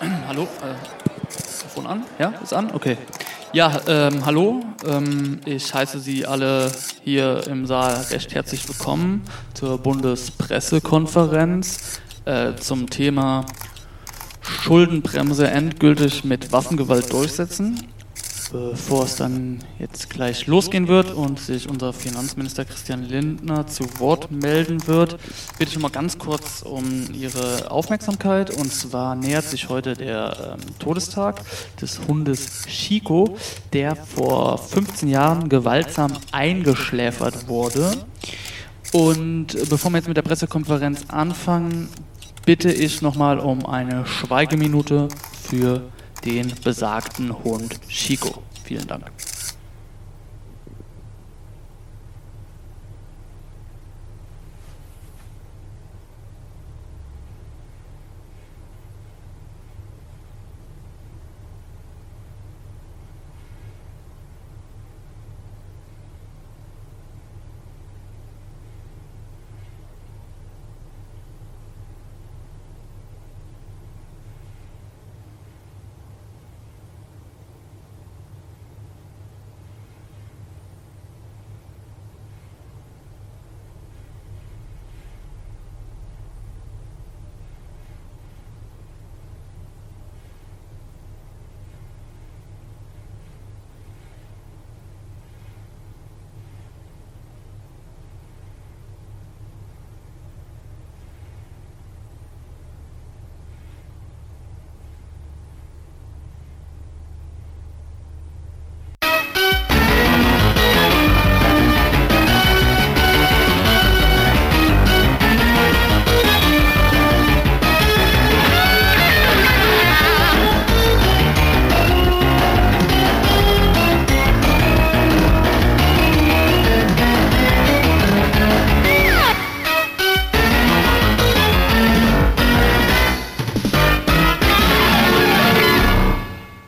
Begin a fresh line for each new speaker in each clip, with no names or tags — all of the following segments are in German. äh, Mikrofon an? Ja, ist an? Okay. Ja, ähm, hallo. Ähm, ich heiße Sie alle hier im Saal recht herzlich willkommen zur Bundespressekonferenz äh, zum Thema Schuldenbremse endgültig mit Waffengewalt durchsetzen. Bevor es dann jetzt gleich losgehen wird und sich unser Finanzminister Christian Lindner zu Wort melden wird, bitte ich mal ganz kurz um Ihre Aufmerksamkeit. Und zwar nähert sich heute der ähm, Todestag des Hundes Chico, der vor 15 Jahren gewaltsam eingeschläfert wurde. Und äh, bevor wir jetzt mit der Pressekonferenz anfangen, bitte ich nochmal um eine Schweigeminute für den besagten Hund Chico. Vielen Dank.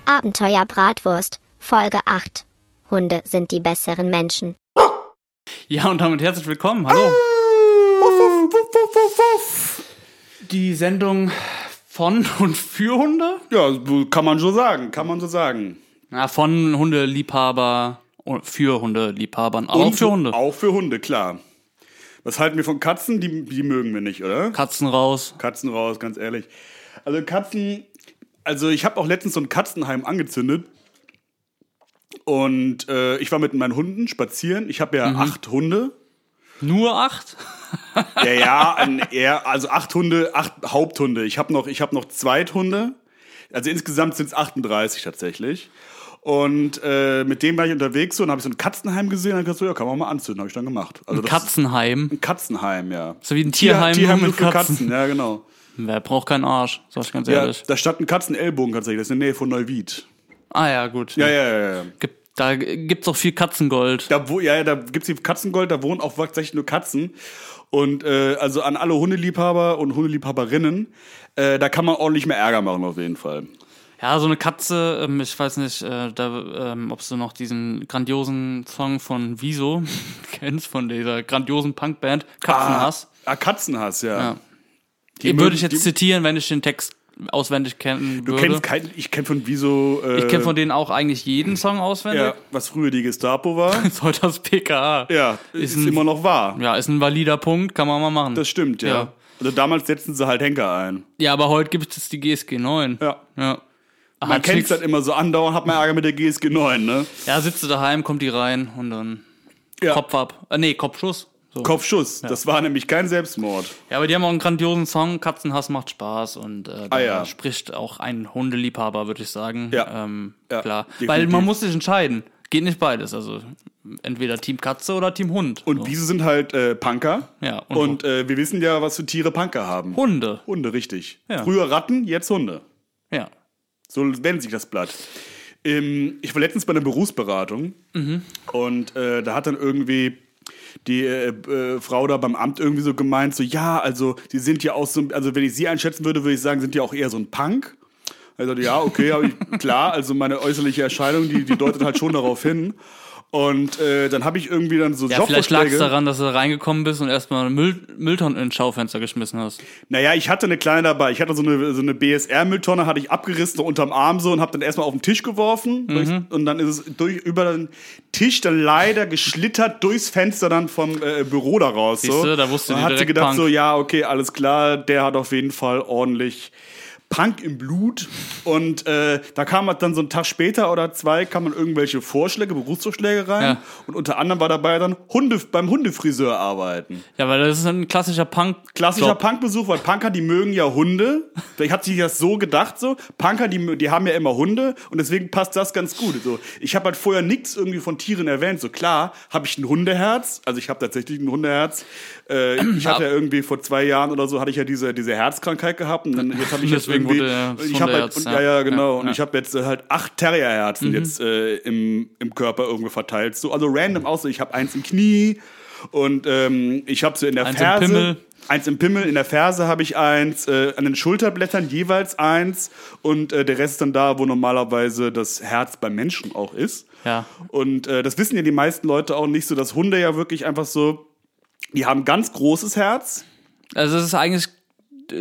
Abenteuer Bratwurst, Folge 8. Hunde sind die besseren Menschen.
Ja, und damit herzlich willkommen. Hallo. Die Sendung von und für Hunde?
Ja, kann man so sagen, kann man so sagen.
Na, von Hundeliebhaber und für Hundeliebhabern, aber auch für Hunde.
Auch für Hunde, klar. Was halten wir von Katzen? Die, die mögen wir nicht, oder?
Katzen raus.
Katzen raus, ganz ehrlich. Also Katzen, also ich habe auch letztens so ein Katzenheim angezündet. Und äh, ich war mit meinen Hunden spazieren. Ich habe ja
Mhm.
acht Hunde.
Nur acht?
Ja, ja, ein, eher, also acht Hunde, acht Haupthunde. Ich habe noch, ich hab noch Zweithunde. Also insgesamt sind es 38 tatsächlich. Und äh, mit dem war ich unterwegs so, und habe ich so ein Katzenheim gesehen. Dann hab ich gedacht, so, ja, kann man mal anzünden. Habe ich dann gemacht. Also
Ein
das-
Katzenheim.
Ein Katzenheim, ja.
So wie ein Tierheim,
Tier, Tierheim
nur mit
nur für
Katzen.
Katzen. ja, genau.
Wer braucht keinen Arsch, sag ich ganz
Ja,
ehrlich.
da stand ein Katzenellbogen tatsächlich. Das ist in der Nähe von Neuwied.
Ah ja, gut.
Ja, ja, ja. ja.
Gibt, da gibt's auch viel Katzengold.
Da, wo, ja, ja, da gibt's die Katzengold, da wohnen auch tatsächlich nur Katzen. Und äh, also an alle Hundeliebhaber und Hundeliebhaberinnen, äh, da kann man ordentlich mehr Ärger machen auf jeden Fall.
Ja, so eine Katze, ähm, ich weiß nicht, äh, da, ähm, ob du noch diesen grandiosen Song von Wieso kennst, von dieser grandiosen Punkband Katzenhass.
Ah, Katzenhass, ja.
Ja.
Die
Die würde ich
mögen-
jetzt
die-
zitieren, wenn ich den Text auswendig kennen
Du
würde.
kennst keinen, ich kenne von Wieso, äh,
ich kenne von denen auch eigentlich jeden Song auswendig.
ja, was früher die Gestapo war.
Ist heute das PKA.
ja,
Ist
ist,
ein-
immer noch wahr.
Ja, ist ein valider Punkt, kann man mal machen.
Das stimmt, ja.
Ja.
Also damals setzten sie halt Henker ein.
ja, aber heute gibt es die GSG 9.
Ja.
ja.
Man
Hat
kennt
nix-
es dann immer so andauernd, hat man Ärger mit der GSG 9, ne?
Ja, sitzt du daheim, kommt die rein und dann
Ja.
Kopf ab. Äh, nee, Kopfschuss. So.
Kopfschuss. Das war nämlich kein Selbstmord.
Ja, aber die haben auch einen grandiosen Song, Katzenhass macht Spaß und äh, da
Ah, ja.
spricht auch ein Hundeliebhaber, würde ich sagen.
Ja.
Ähm,
Ja,
Klar.
definitiv.
Weil man muss sich entscheiden. Geht nicht beides. Also entweder Team Katze oder Team Hund.
Und
so.
diese sind halt äh, Punker.
Ja, und-
Und, äh, wir wissen ja, was für Tiere Punker haben.
Hunde.
Hunde, richtig.
Ja.
Früher Ratten, jetzt Hunde.
Ja.
So nennt sich das Blatt. Ähm, ich war letztens bei einer Berufsberatung
Mhm.
und äh, da hat dann irgendwie die äh, äh, Frau da beim Amt irgendwie so gemeint, so ja, also die sind ja auch so, also wenn ich sie einschätzen würde, würde ich sagen, sind die auch eher so ein Punk. Also ja, okay, hab ich, klar, also meine äußerliche Erscheinung, die, die deutet halt schon darauf hin. Und äh, dann habe ich irgendwie dann so
Ja, vielleicht lag es
Jobvorschläge.
daran, dass du reingekommen bist und erstmal Müll, Mülltonnen ins Schaufenster geschmissen hast.
Naja, ich hatte eine kleine dabei. Ich hatte so eine, so eine BSR-Mülltonne, hatte ich abgerissen, so unterm Arm so und habe dann erstmal auf den Tisch geworfen. Durch,
Mhm.
und dann ist es durch, über den Tisch dann leider geschlittert durchs Fenster dann vom äh, Büro da raus.
Siehst
So.
du, da wusste
Und
die
hat sie
direkt
gedacht
Punk.
so, ja, okay, alles klar, der hat auf jeden Fall ordentlich Punk im Blut. Und äh, da kam halt dann so einen Tag später oder zwei, kamen irgendwelche Vorschläge, Berufsvorschläge rein.
Ja.
Und unter anderem war dabei dann Hunde, beim Hundefriseur arbeiten.
Ja, weil das ist ein klassischer Punk.
Klassischer
Job.
Punkbesuch, weil Punker, die mögen ja Hunde. Vielleicht hat sich das so gedacht so. Punker, die, die haben ja immer Hunde und deswegen passt das ganz gut. So, ich habe halt vorher nichts irgendwie von Tieren erwähnt. So klar, habe ich ein Hundeherz. Also ich habe tatsächlich ein Hundeherz. Äh, ich hatte ja irgendwie vor zwei Jahren oder so hatte ich ja diese, diese Herzkrankheit gehabt und dann jetzt habe ich jetzt
Deswegen
irgendwie.
wurde ja das
ich habe halt,
Hundeherz,
und, ja,
ja.
ja, genau.
Ja,
und
ja. Mhm.
ich habe jetzt äh, halt acht Terrierherzen jetzt äh, im, im Körper irgendwo verteilt. So, also random auch so. Ich habe eins im Knie und ähm, ich habe so in der
Eins im
Ferse.
Pimmel.
Eins im Pimmel, in der Ferse habe ich eins, äh, an den Schulterblättern jeweils eins und äh, der Rest dann da, wo normalerweise das Herz beim Menschen auch ist.
Ja.
Und äh, das wissen ja die meisten Leute auch nicht so, dass Hunde ja wirklich einfach so, die haben ganz großes Herz.
Also es ist eigentlich,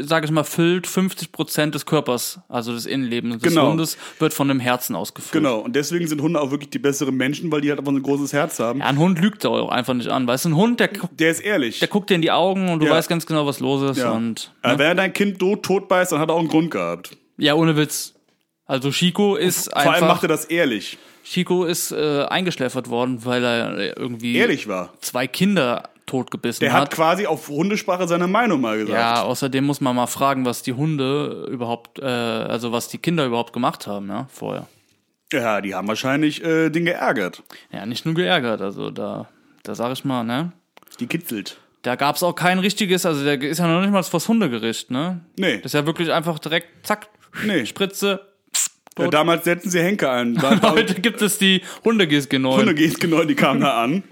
sage ich mal, füllt 50 Prozent des Körpers, also des Innenlebens des
Genau.
Hundes, wird von dem Herzen ausgefüllt.
Genau. Und deswegen sind Hunde auch wirklich die besseren Menschen, weil die halt einfach so ein großes Herz haben.
Ja, ein Hund lügt da auch einfach nicht an. Weißt du, ein Hund, der, gu-
Der ist ehrlich.
der guckt dir in die Augen und du
Ja.
weißt ganz genau, was los ist.
ja.
Und, ne?
äh, wenn er dein Kind tot, tot beißt, dann hat er auch einen Grund gehabt.
ja, ohne Witz. Also Chico ist
Vor allem
einfach.
macht er das ehrlich.
Chico ist äh, eingeschläfert worden, weil er äh, irgendwie
Ehrlich war.
zwei Kinder totgebissen
Der hat
hat.
quasi auf Hundesprache seine Meinung mal gesagt.
Ja, außerdem muss man mal fragen, was die Hunde überhaupt, äh, also was die Kinder überhaupt gemacht haben, ja, vorher.
Ja, die haben wahrscheinlich äh, den geärgert.
Ja, nicht nur geärgert, also da, da sag ich mal, ne?
Die kitzelt.
Da gab's auch kein richtiges, also der ist ja noch nicht mal vors Hundegericht, ne?
Nee.
Das ist ja wirklich einfach direkt, zack,
Nee.
Spritze.
Ja, Äh, damals setzten sie Henke ein. Da, da
Heute gibt es die Hundegiske neu.
Genau. Hunde geht genau, die kamen da an.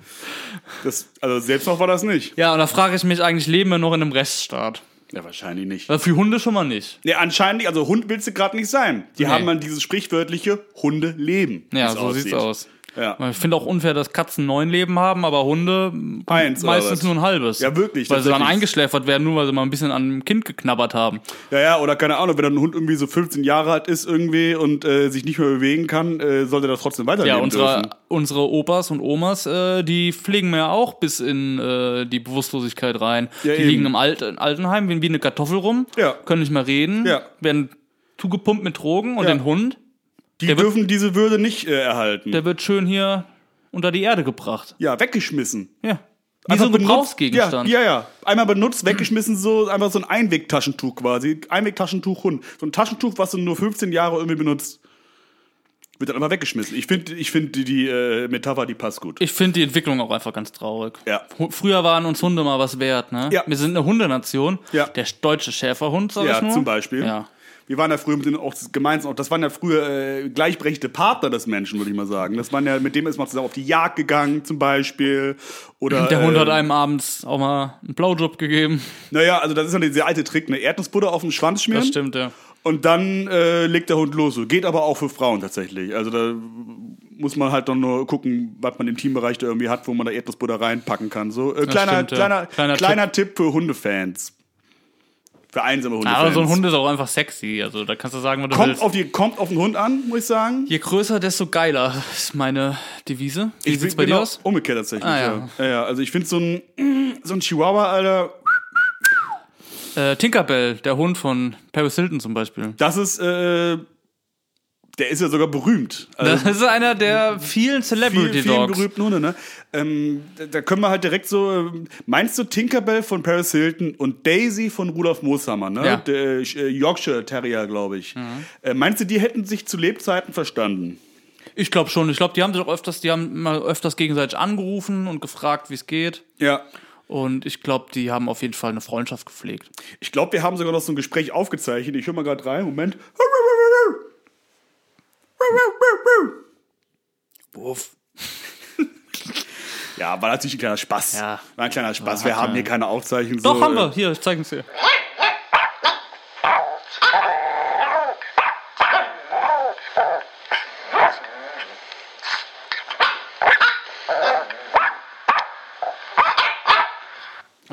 Das, also selbst noch war das nicht.
ja, und da frage ich mich eigentlich, leben wir noch in einem Rechtsstaat?
Ja, wahrscheinlich nicht.
Weil Für Hunde schon mal nicht.
Nee, anscheinend, nicht. also Hund willst du gerade nicht sein. Die
Nee.
haben dann dieses sprichwörtliche Hunde leben.
Ja,
wie's
so sieht's aus.
Ja.
Ich finde auch unfair, dass Katzen neun Leben haben, aber Hunde
Eins, oder was?
meistens nur ein halbes.
Ja, wirklich,
Weil sie dann
tatsächlich.
eingeschläfert werden, nur weil sie mal ein bisschen an dem Kind geknabbert haben.
ja, ja, oder keine Ahnung, wenn dann ein Hund irgendwie so 15 Jahre alt ist irgendwie und äh, sich nicht mehr bewegen kann, äh, sollte das trotzdem weiterleben
Ja,
dürfen.
unsere, unsere Opas und Omas, äh, die pflegen wir ja auch bis in äh, die Bewusstlosigkeit rein.
Ja,
die
eben.
liegen im Alt, in Altenheim wie wie eine Kartoffel rum,
Ja.
können nicht mehr reden,
Ja.
werden zugepumpt mit Drogen und
Ja.
den Hund,
Die
der wird-
dürfen diese Würde nicht äh, erhalten.
der wird schön hier unter die Erde gebracht.
ja, weggeschmissen.
Ja. Wie so ein
Einfach benutzt-
Gebrauchsgegenstand.
Ja, ja, ja. Einmal benutzt, weggeschmissen, so einfach so ein Einwegtaschentuch quasi. Einwegtaschentuch Hund. So ein Taschentuch, was du nur 15 Jahre irgendwie benutzt. Wird dann einfach weggeschmissen. Ich finde ich find die, die äh, Metapher, die passt gut.
Ich finde die Entwicklung auch einfach ganz traurig.
Ja.
Hu- Früher waren uns Hunde mal was wert, ne?
Ja.
Wir sind eine Hundenation.
Ja.
Der deutsche Schäferhund, sag ich
ja,
nur.
zum Beispiel.
Ja.
Wir waren ja früher mit denen auch gemeinsam, auch das waren ja früher äh, gleichberechtigte Partner des Menschen, würde ich mal sagen. Das waren ja, mit dem ist man zusammen auf die Jagd gegangen, zum Beispiel. Oder,
Der Hund
äh,
hat einem abends auch mal einen Blowjob gegeben.
Naja, also das ist ja dieser alte Trick, eine Erdnussbutter auf den Schwanz schmieren.
Das stimmt, ja.
Und dann äh, legt der Hund los. So. Geht aber auch für Frauen tatsächlich. Also da muss man halt dann nur gucken, was man im Teambereich da irgendwie hat, wo man da Erdnussbutter reinpacken kann. So äh, kleiner,
stimmt, ja.
kleiner, kleiner,
Kleiner
Tipp. für Hundefans. Für einsame Hundefans.
Aber Ah, so ein Hund ist auch einfach sexy. Also da kannst du sagen, was du
kommt
willst.
auf, die, kommt auf den Hund an, muss ich sagen.
Je größer, desto geiler ist meine Devise. Wie
Ich
sieht's
bin
bei
genau
dir aus?
Umgekehrt tatsächlich.
Ah,
ja.
ja.
Ja. ja, also ich finde so ein so ein Chihuahua, Alter,
Äh, Tinkerbell, der Hund von Paris Hilton zum Beispiel.
das ist äh, der ist ja sogar berühmt. Also,
Das ist einer der vielen
vielen,
Celebrity
vielen
Dogs.
berühmten Hunde, ne? Ähm, da- da können wir halt direkt so. ähm, Meinst du Tinkerbell von Paris Hilton und Daisy von Rudolf Mooshammer, ne?
Ja. Mhm.
Der äh, Yorkshire Terrier, glaube ich. Äh, meinst du, die hätten sich zu Lebzeiten verstanden?
Ich glaube schon. Ich glaube, die haben sich auch öfters, die haben mal öfters gegenseitig angerufen und gefragt, wie es geht.
Ja.
Und ich glaube, die haben auf jeden Fall eine Freundschaft gepflegt.
Ich glaube, wir haben sogar noch so ein Gespräch aufgezeichnet. Ich höre mal gerade rein. Moment.
Wuff.
Ja, war natürlich ein kleiner Spaß.
Ja.
War ein kleiner Spaß. wir haben hier keine Aufzeichnung.
Doch,
so,
haben
äh,
wir. Hier, ich zeige es dir.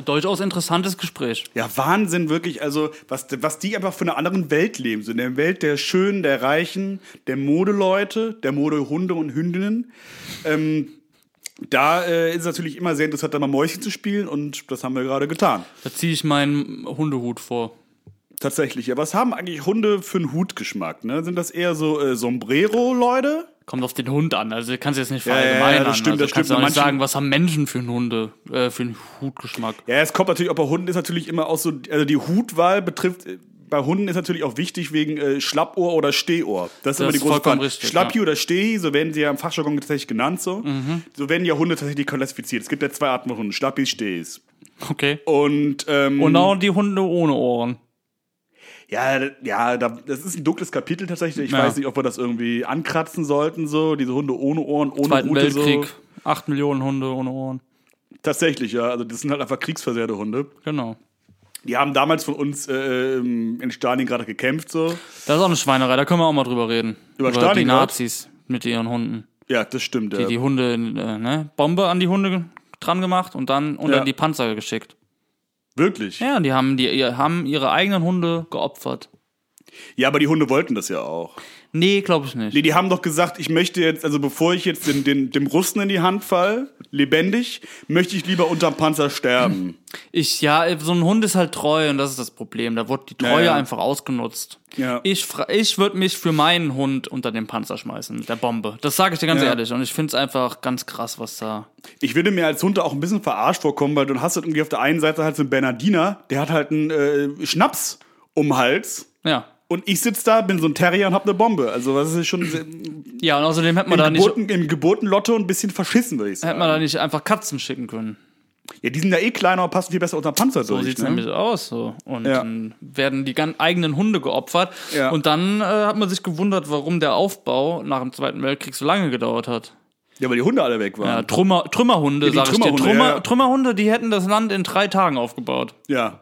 Durchaus interessantes Gespräch.
Ja, Wahnsinn, wirklich. Also, was, was die einfach von einer anderen Welt leben. So in der Welt der Schönen, der Reichen, der Modeleute, der Modehunde und Hündinnen. Ähm, da äh, ist es natürlich immer sehr interessant, da mal Mäuschen zu spielen und das haben wir gerade getan.
Da ziehe ich meinen Hundehut vor.
Tatsächlich. Ja, was haben eigentlich Hunde für einen Hutgeschmack? Ne? Sind das eher so äh, Sombrero-Leute?
Kommt auf den Hund an. Also kannst du jetzt nicht
ja, ja,
verallgemeinern.
das stimmt,
also
das
kannst
stimmt.
du auch nicht
Bei manchen-
sagen, was haben Menschen für einen Hunde, äh, für einen Hutgeschmack.
Ja, es kommt natürlich auch bei Hunden ist natürlich immer auch so, also die Hutwahl betrifft, äh, bei Hunden ist natürlich auch wichtig wegen äh, Schlappohr oder Stehohr. Das ist immer die
ist
große
vollkommen
Frage.
richtig,
Schlappi oder Stehi, so werden sie ja im Fachjargon tatsächlich genannt so.
Mhm.
So werden ja Hunde tatsächlich klassifiziert. Es gibt ja zwei Arten von Hunden, Schlappis, Stehis.
Okay.
Und, ähm,
Und auch die Hunde ohne Ohren.
ja, d- ja, da, das ist ein dunkles Kapitel tatsächlich. Ich
Ja.
weiß nicht, ob wir das irgendwie ankratzen sollten, so, diese Hunde ohne Ohren, ohne
Zweiten
Rute,
Weltkrieg.
so.
Acht Millionen Hunde ohne Ohren.
Tatsächlich, ja. Also das sind halt einfach kriegsversehrte Hunde.
Genau.
Die haben damals von uns äh, ähm, in Stalingrad gekämpft, so.
Das ist auch eine Schweinerei, da können wir auch mal drüber reden.
Über
die
Stalingrad?
Nazis mit ihren Hunden.
Ja, das stimmt.
Die,
ja.
die Hunde, äh, ne? Bombe an die Hunde dran gemacht und dann unter
Ja.
die Panzer geschickt.
Wirklich? Ja.
Ja, die haben, die, ihr- haben ihre eigenen Hunde geopfert.
aber die Hunde wollten das ja auch.
Nee, glaube ich nicht.
Nee, die haben doch gesagt, ich möchte jetzt, also bevor ich jetzt den, den, dem Russen in die Hand fall, lebendig, möchte ich lieber unterm Panzer
Hm.
sterben.
Ich, ja, so ein Hund ist halt treu und das ist das Problem. Da wird die Treue
ja.
einfach ausgenutzt.
Ja.
Ich, fra- ich würde mich für meinen Hund unter den Panzer schmeißen, mit der Bombe. Das sage ich dir ganz
Ja.
ehrlich. Und ich finde es einfach ganz krass, was da.
Ich würde mir als Hund da auch ein bisschen verarscht vorkommen, weil du hast halt irgendwie auf der einen Seite halt so einen Bernardiner, der hat halt einen äh, Schnaps um den Hals.
Ja.
Und ich sitze da, bin so ein Terrier und hab eine Bombe. Also, das ist schon sehr-
Ja, und außerdem hätte man da
im,
nicht.
Geburten, im Geburtenlotto ein bisschen verschissen, würde ich
Hätte
sagen.
man da nicht einfach Katzen schicken können.
Ja, die sind ja eh kleiner und passen viel besser unter den Panzer
So
durch.
sieht's
ne?
nämlich aus. So. Und
Ja.
dann werden die gan- eigenen Hunde geopfert.
Ja.
Und dann äh, hat man sich gewundert, warum der Aufbau nach dem Zweiten Weltkrieg so lange gedauert hat.
Ja, weil die Hunde alle weg
Ja,
waren.
Trümmer, Trümmerhunde,
die
sag ich dir.
Trümmerhunde,
Trümmer,
ja, ja.
Trümmerhunde, die hätten das Land in drei Tagen aufgebaut.
Ja.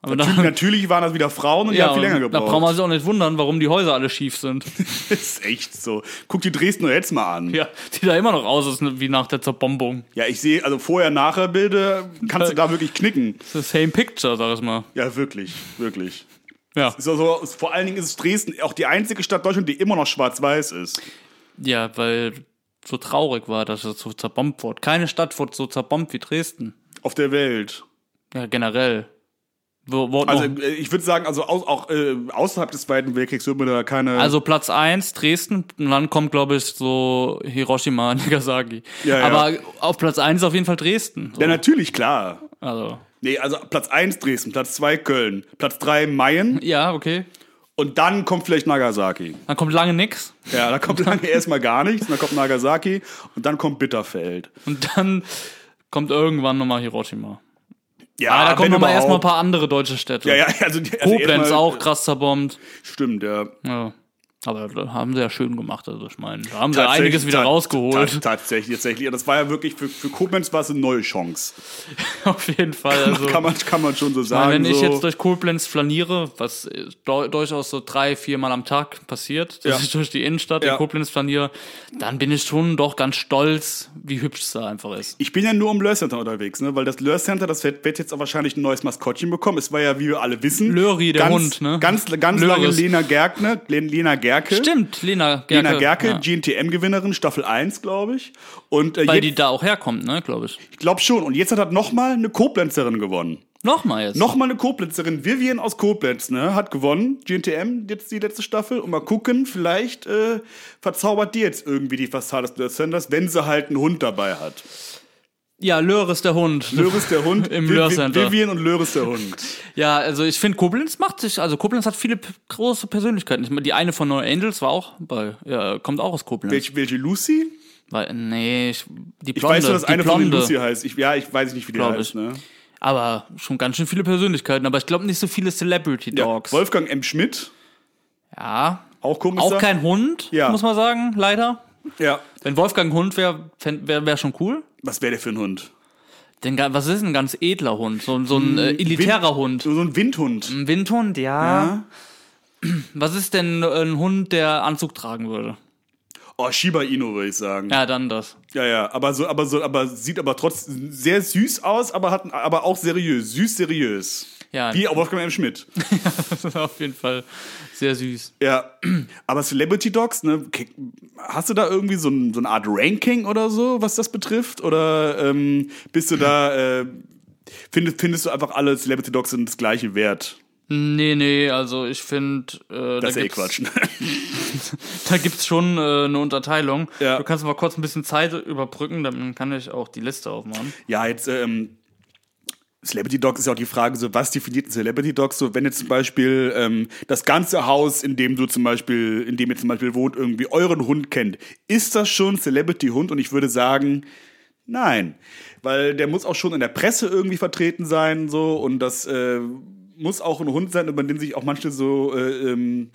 Aber
Natürlich, natürlich waren das wieder Frauen und die haben viel
und
länger
Da braucht man
gebraucht.
sich auch nicht wundern, warum die Häuser alle schief sind.
Das ist echt so. Guck die Dresdner jetzt mal an. Ja,
ja, die da immer noch aus ist, ne, wie nach der Zerbombung.
ich sehe, also vorher-nachher-Bilder kannst du da wirklich knicken.
Das ist the same picture, sag ich mal.
Ja, wirklich, wirklich.
Ja.
Ist also, ist, vor allen Dingen ist es Dresden auch die einzige Stadt Deutschland, die immer noch schwarz-weiß ist.
Ja, weil so traurig war, dass es so zerbombt wurde. Keine Stadt wurde so zerbombt wie Dresden.
Auf der Welt.
Ja, generell. Wo, wo
Also
also, noch,
äh, ich würde sagen, also aus, auch äh, außerhalb des Zweiten Weltkriegs würde man da keine...
also Platz 1 Dresden, und dann kommt, glaube ich, so Hiroshima, Nagasaki.
Ja, ja.
Aber auf Platz 1 ist auf jeden Fall Dresden. So.
ja, natürlich, klar.
Also,
Nee, also Platz 1 Dresden, Platz 2 Köln, Platz 3 Mayen
ja, okay.
und dann kommt vielleicht Nagasaki.
Dann kommt lange nix.
Ja, da kommt lange erstmal gar nichts, dann kommt Nagasaki und dann kommt Bitterfeld.
Und dann kommt irgendwann nochmal Hiroshima.
Ja,
Ah, da kommen
wenn
nochmal
überhaupt.
erstmal ein paar andere deutsche Städte.
Ja, ja, also, die- also
Koblenz
erstmal-
auch krass zerbombt.
Stimmt, ja.
Ja. Aber das haben sie ja schön gemacht, also ich meine, da haben sie einiges wieder rausgeholt.
Ta tatsächlich, tatsächlich. Das war ja wirklich für, für Koblenz war es eine neue Chance.
Auf jeden Fall. Also,
kann, man, kann man schon so
ich meine,
sagen.
wenn ich
so.
jetzt durch Koblenz flaniere, was äh, deu- durchaus so drei, viermal am Tag passiert, dass
Ja.
ich durch die Innenstadt
Ja.
in Koblenz flaniere, dann bin ich schon doch ganz stolz, wie hübsch es da einfach ist.
Ich bin ja nur um Lure Center unterwegs, ne? weil das Lure Center, das wird, wird jetzt auch wahrscheinlich ein neues Maskottchen bekommen. Es war ja, wie wir alle wissen,
Löri, der
ganz,
Hund, ne?
ganz, ganz
Löris.
lange Lena Gerke, Lena Gerke.
Stimmt, Lena Gerke.
Lena Gerke,
ja.
GNTM-Gewinnerin, Staffel 1, glaube ich. Und äh,
Weil die
jetzt,
da auch herkommt, ne, glaube ich.
ich glaube schon. Und jetzt hat er nochmal eine Koblenzerin gewonnen.
Nochmal jetzt.
Nochmal eine Koblenzerin. Vivian aus Koblenz, ne, hat gewonnen. GNTM, jetzt die letzte Staffel. Und mal gucken, vielleicht äh, verzaubert die jetzt irgendwie die Fassade des Blöd Sanders, wenn sie halt einen Hund dabei hat.
Ja, Löris der Hund.
Löris der Hund.
Im
Vi-
Lure
Vi-
Center.
Vivian und Löris der Hund.
Ja, also ich finde, Koblenz macht sich, also Koblenz hat viele p- große Persönlichkeiten. Ich meine, die eine von No Angels war auch bei, ja, kommt auch aus Koblenz.
Welche, welche Lucy?
Weil, nee, ich, die Blonde,
Ich weiß nur, dass
die
eine von
Blonde,
den Lucy heißt. Ich, ja, ich weiß nicht, wie die
Glaub
heißt.
ich.
Ne?
Aber schon ganz schön viele Persönlichkeiten, aber ich glaube nicht so viele Celebrity
Ja,
Dogs. Ja,
Wolfgang M. Schmidt, auch komisch.
auch kein Hund,
Ja.
muss man sagen, leider.
Ja.
Wenn Wolfgang ein Hund wäre, wäre wär schon cool.
Was wäre der für ein Hund?
Denn ga- was ist ein ganz edler Hund? So, so
Hm,
ein äh, elitärer Hund.
So ein Windhund.
Ein Windhund, äh, ja. Was ist denn ein Hund, der Anzug tragen würde?
Oh, Shiba Inu würde ich sagen.
Ja, dann das.
Ja, ja, aber so, aber so, aber sieht aber trotzdem sehr süß aus, aber hat, aber auch seriös, süß seriös.
Ja.
Wie auch Wolfgang M. Schmidt.
Das ist auf jeden Fall sehr süß.
ja. Aber Celebrity Dogs, ne? ke- Hast du da irgendwie so, ein, so eine Art Ranking oder so, was das betrifft? Oder ähm, bist du da, äh, findest, findest du einfach alle Celebrity Dogs sind das gleiche Wert?
Nee, nee, also ich finde, äh, da
Das ist ja eh
gibt's-
Quatsch. ne?
da gibt's schon äh, eine Unterteilung.
Ja.
Du kannst mal kurz ein bisschen Zeit überbrücken, dann kann ich auch die Liste aufmachen.
Ja, jetzt, ähm, Celebrity Dogs ist ja auch die Frage, so was definiert ein Celebrity Dogs? So, wenn jetzt zum Beispiel ähm, das ganze Haus, in dem du zum Beispiel, in dem ihr zum Beispiel wohnt, irgendwie euren Hund kennt, ist das schon Celebrity Hund? Und ich würde sagen, nein. Weil der muss auch schon in der Presse irgendwie vertreten sein, so, und das äh, muss auch ein Hund sein, über den sich auch manche so, äh, ähm,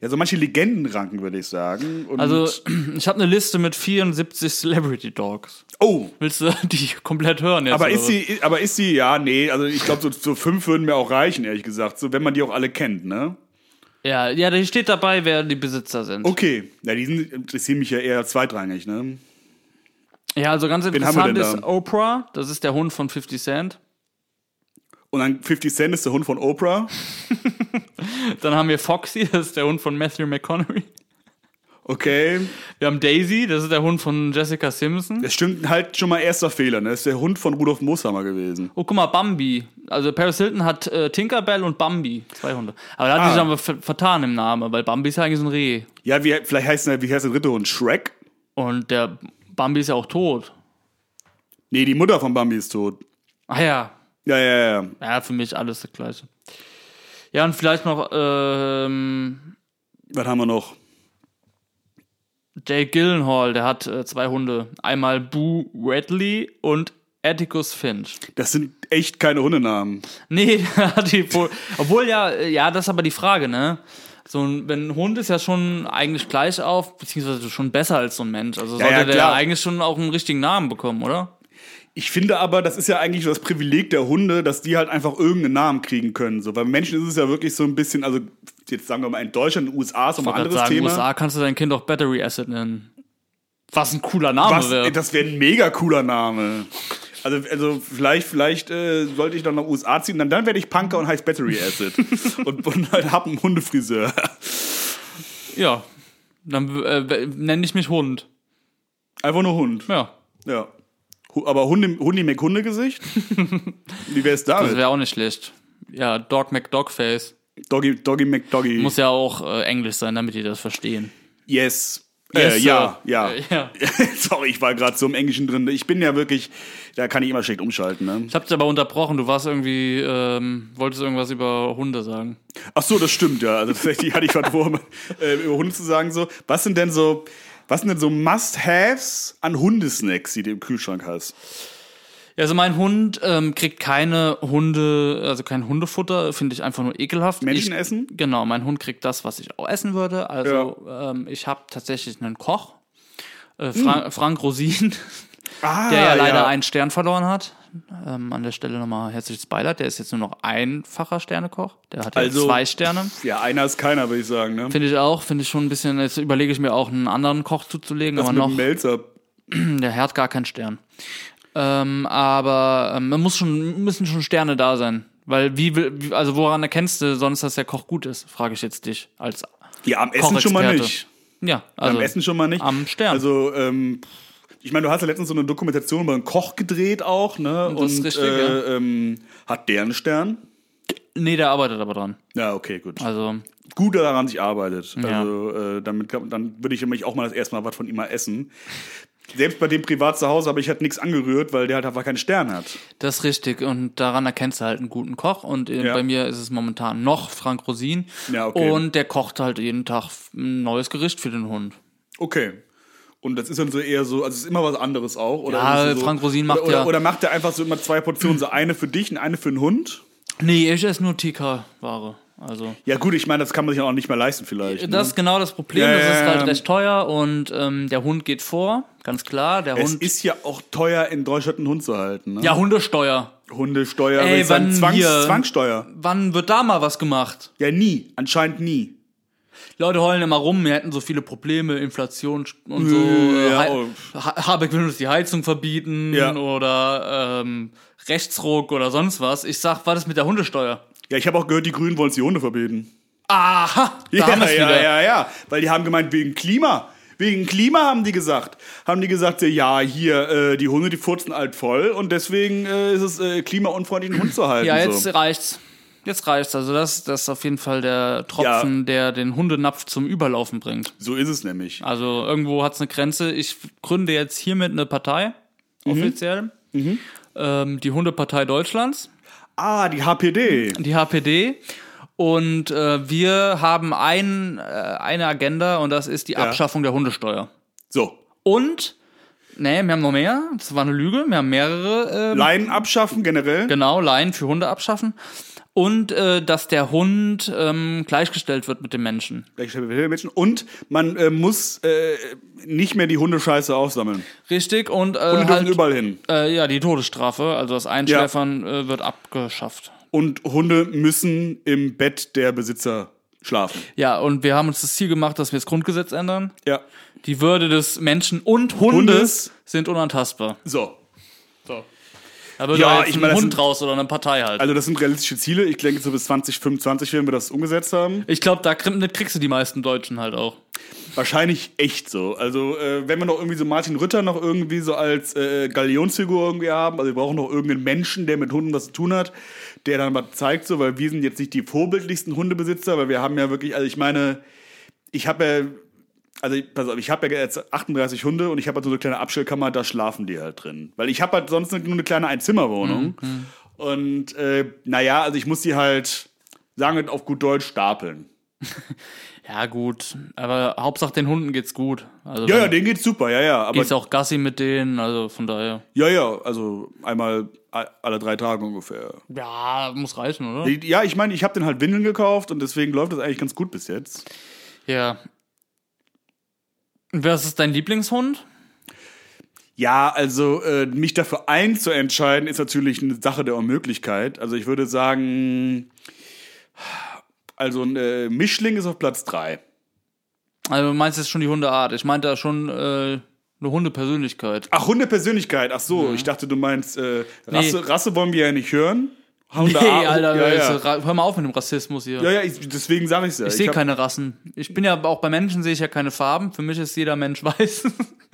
ja, so manche Legenden ranken, würde ich sagen. Und,
Also, ich habe eine Liste mit 74 Celebrity Dogs.
oh,
Willst du die komplett hören jetzt?
Aber
oder
ist
was?
sie, aber ist sie, ja, nee, also ich glaube, so, so fünf würden mir auch reichen, ehrlich gesagt, so wenn man die auch alle kennt, ne?
Ja, ja, da steht dabei, wer die Besitzer sind.
Okay, ja, die sind, interessieren mich ja eher zweitrangig, ne?
Ja, also ganz
haben
interessant
wir denn
ist
da?
Oprah, das ist der Hund von 50 Cent.
Und dann 50 Cent ist der Hund von Oprah.
Dann haben wir Foxy, das ist der Hund von Matthew McConaughey.
Okay.
Wir haben Daisy, das ist der Hund von Jessica Simpson.
Das stimmt halt schon mal erster Fehler, ne? Das ist der Hund von Rudolf Moshammer gewesen.
Oh, guck mal, Bambi. Also Paris Hilton hat äh, Tinkerbell und Bambi, zwei Hunde. Aber da hat sie sich aber ver vertan im Namen, weil Bambi ist ja eigentlich so ein Reh.
Ja, wie, vielleicht heißt der, wie heißt der dritte Hund? Shrek?
Und der Bambi ist ja auch tot.
Nee, die Mutter von Bambi ist tot.
Ah ja,
Ja, ja, ja.
ja, für mich alles das Gleiche. Ja, und vielleicht noch ähm,
Was haben wir noch?
Jay Gillenhall, der hat äh, zwei Hunde. Einmal Boo Radley und Atticus Finch.
Das sind echt keine Hundenamen.
Nee, der hat die wohl. Obwohl ja, äh, ja, das ist aber die Frage, ne? So ein, wenn ein Hund ist ja schon eigentlich gleich auf, beziehungsweise schon besser als so ein Mensch. Also sollte
ja,
der ja
klar.
eigentlich schon auch einen richtigen Namen bekommen, oder?
Ich finde aber, das ist ja eigentlich so das Privileg der Hunde, dass die halt einfach irgendeinen Namen kriegen können. So, bei Menschen ist es ja wirklich so ein bisschen, also jetzt sagen wir mal in Deutschland, in den USA ist noch mal ein
Ich
anderes
sagen,
Thema.
USA kannst du dein Kind auch Battery Acid nennen. Was ein cooler Name
Was, ey,
wäre.
das wäre ein mega cooler Name. Also, also vielleicht, vielleicht äh, sollte ich dann nach USA ziehen, dann, dann werde ich Punker und heiß Battery Acid. und und halt hab einen Hundefriseur.
Ja. Dann äh, nenne ich mich Hund.
Einfach nur Hund.
Ja.
Ja. Hu- Aber Hunde, Hundi McHundegesicht? Wie wär's
Das
damit?
wäre auch nicht schlecht. Ja, Dog McDogface.
Doggy, Doggy McDoggy.
Muss ja auch äh, Englisch sein, damit die das verstehen.
yes.
Yes,
äh,
Sir.
ja, ja.
Äh, ja.
Sorry, ich war gerade so im Englischen drin. Ich bin ja wirklich, da kann ich immer schlecht umschalten. Ne?
Ich hab dich aber unterbrochen. Du warst irgendwie, ähm, wolltest irgendwas über Hunde sagen.
Ach so, das stimmt ja. Also tatsächlich hatte ich was vor, äh, über Hunde zu sagen. So, was sind denn so, was sind denn so Must-Haves an Hundesnacks, die du im Kühlschrank hast?
Ja, also mein Hund ähm, kriegt keine Hunde, also kein Hundefutter, finde ich einfach nur ekelhaft.
Menschen
ich,
essen?
Genau, mein Hund kriegt das, was ich auch essen würde. Also ähm, ich habe tatsächlich einen Koch, äh, Fra Frank Rosin,
Hm. Ah,
der ja leider einen Stern verloren hat. Ähm, an der Stelle nochmal herzliches Beileid. Der ist jetzt nur noch einfacher Sternekoch. Der hat ja
Also-
zwei Sterne.
Ja, einer ist keiner, würde ich sagen. Ne?
Finde ich auch, finde ich schon ein bisschen, jetzt überlege ich mir auch einen anderen Koch zuzulegen,
Das
aber
mit
noch,
dem Melzer.
der hat gar keinen Stern. Ähm, aber ähm, man muss schon, müssen schon Sterne da sein. Weil wie, will- wie also woran erkennst du sonst, dass der Koch gut ist, frage ich jetzt dich als
Ja, am Essen schon mal
Kochexperte.
nicht.
Ja, also
am Essen schon mal nicht.
am Stern.
Also, ähm, ich meine, du hast ja letztens so eine Dokumentation über einen Koch gedreht auch, ne?
Das ist
Und
richtig,
äh, ähm, hat der einen Stern?
nee, der arbeitet aber dran.
Ja, okay, gut.
Also
gut daran sich arbeitet.
Ja.
Also äh, damit kann, dann würde ich nämlich auch mal das erste Mal was von ihm mal essen. Selbst bei dem privat zu Hause habe ich halt nichts angerührt, weil der halt einfach keinen Stern hat.
Das ist richtig und daran erkennst du halt einen guten Koch und äh,
Ja.
bei mir ist es momentan noch Frank Rosin
Ja, okay.
und der kocht halt jeden Tag ein neues Gericht für den Hund.
Okay. Und das ist dann so eher so, also es ist immer was anderes auch. Oder
Ja,
ist es so,
Frank Rosin macht
oder,
ja-
Oder, oder macht er einfach so immer zwei Portionen, so eine für dich und eine für den Hund?
Nee, ich esse nur TK-Ware. Also
Ja gut, ich meine, das kann man sich auch nicht mehr leisten vielleicht. ne?
das ist genau das Problem,
Mhm. Ja,
das
ja,
ist
ja.
halt recht teuer und ähm, der Hund geht vor, ganz klar, der
es
Hund
ist ja auch teuer, in Deutschland einen Hund zu halten. Ne?
Ja, Hundesteuer.
Hundesteuer,
Ey,
würde ich sagen,
wann
Zwangs
wir-
Zwangssteuer.
Wann wird da mal was gemacht?
Ja, nie. Anscheinend nie.
Die Leute heulen immer rum, wir hätten so viele Probleme, Inflation und so. Äh,
Ja,
Hei-
oh.
Ha Habeck will uns die Heizung verbieten
Ja.
oder ähm, Rechtsruck oder sonst was. Ich sag, war das mit der Hundesteuer?
Ja, ich habe auch gehört, die Grünen wollen uns die Hunde verbieten.
Aha, Ah, da
ja,
haben wir's
ja,
wieder.
ja, ja, weil die haben gemeint, wegen Klima. Wegen Klima haben die gesagt. Haben die gesagt, ja, hier, äh, die Hunde, die furzen halt voll und deswegen äh, ist es äh, klimaunfreundlich, einen Hund zu halten.
Ja, jetzt äh,
so.
reicht's. Jetzt reicht's. Also das, das ist auf jeden Fall der Tropfen, der den Hundenapf zum Überlaufen bringt.
so ist es nämlich.
Also irgendwo hat's eine Grenze. Ich gründe jetzt hiermit eine Partei,
Mhm.
offiziell. Ähm, die Hundepartei Deutschlands,
Ah, die HPD.
die HPD. Und äh, wir haben ein, äh, eine Agenda und das ist die Abschaffung der Hundesteuer.
So.
Und, nee, wir haben noch mehr. Das war eine Lüge. Wir haben mehrere ähm,
Leinen abschaffen generell.
Genau, Laien für Hunde abschaffen. Und äh, dass der Hund ähm, gleichgestellt wird mit dem Menschen.
Gleichstellung Menschen. Und man äh, muss äh, nicht mehr die Hundescheiße aufsammeln.
Richtig, und, äh,
Hunde
halt,
dürfen überall hin.
äh, ja, die Todesstrafe, also das Einschläfern äh, wird abgeschafft.
Und Hunde müssen im Bett der Besitzer schlafen.
Ja, und wir haben uns das Ziel gemacht, dass wir das Grundgesetz ändern.
Ja.
Die Würde des Menschen und Hundes,
Hundes.
sind unantastbar.
So.
Da wird
Ja,
ja, jetzt
ich
ein
meine, das
Hund
sind-
raus oder eine Partei halt.
Also das sind realistische Ziele. Ich denke, so bis 2025 werden wir das umgesetzt haben.
ich glaube, da krieg- kriegst du die meisten Deutschen halt auch.
Wahrscheinlich echt so. Also äh, wenn wir noch irgendwie so Martin Rütter noch irgendwie so als äh, Galionsfigur irgendwie haben, also wir brauchen noch irgendeinen Menschen, der mit Hunden was zu tun hat, der dann was zeigt so, weil wir sind jetzt nicht die vorbildlichsten Hundebesitzer, weil wir haben ja wirklich, also ich meine, ich habe ja, also pass auf, ich habe ja jetzt 38 Hunde und ich habe halt so eine kleine Abstellkammer, da schlafen die halt drin. Weil ich habe halt sonst nur eine kleine Einzimmerwohnung.
Mhm,
Und äh, naja, also ich muss die halt, sagen wir auf gut Deutsch, stapeln.
Ja, gut. Aber Hauptsache den Hunden geht's gut. Also
Ja, ja,
dann
denen geht's super, ja, ja. Aber
geht's auch Gassi mit denen, also von daher.
Ja, ja, also einmal a- alle drei Tage ungefähr.
Ja, muss reichen, oder?
Ja, ich meine, ich habe den halt Windeln gekauft und deswegen läuft das eigentlich ganz gut bis jetzt.
Ja. Und Was ist dein Lieblingshund?
Ja, also äh, mich dafür einzuentscheiden, ist natürlich eine Sache der Unmöglichkeit. Also ich würde sagen, also ein äh, Mischling ist auf Platz drei.
Also du meinst jetzt schon die Hundeart. Ich meinte da schon äh, eine Hundepersönlichkeit.
Ach, Hundepersönlichkeit, ach so, ich dachte, du meinst äh, Rasse, Rasse wollen wir ja nicht hören. Hunde
Nee, Alter,
ja, ja.
jetzt, äh, ra- hör mal auf mit dem Rassismus hier.
ja, ja, ich, deswegen sage ich's ja.
Ich sehe
hab-
keine Rassen. Ich bin ja auch bei Menschen sehe ich ja keine Farben. Für mich ist jeder Mensch weiß.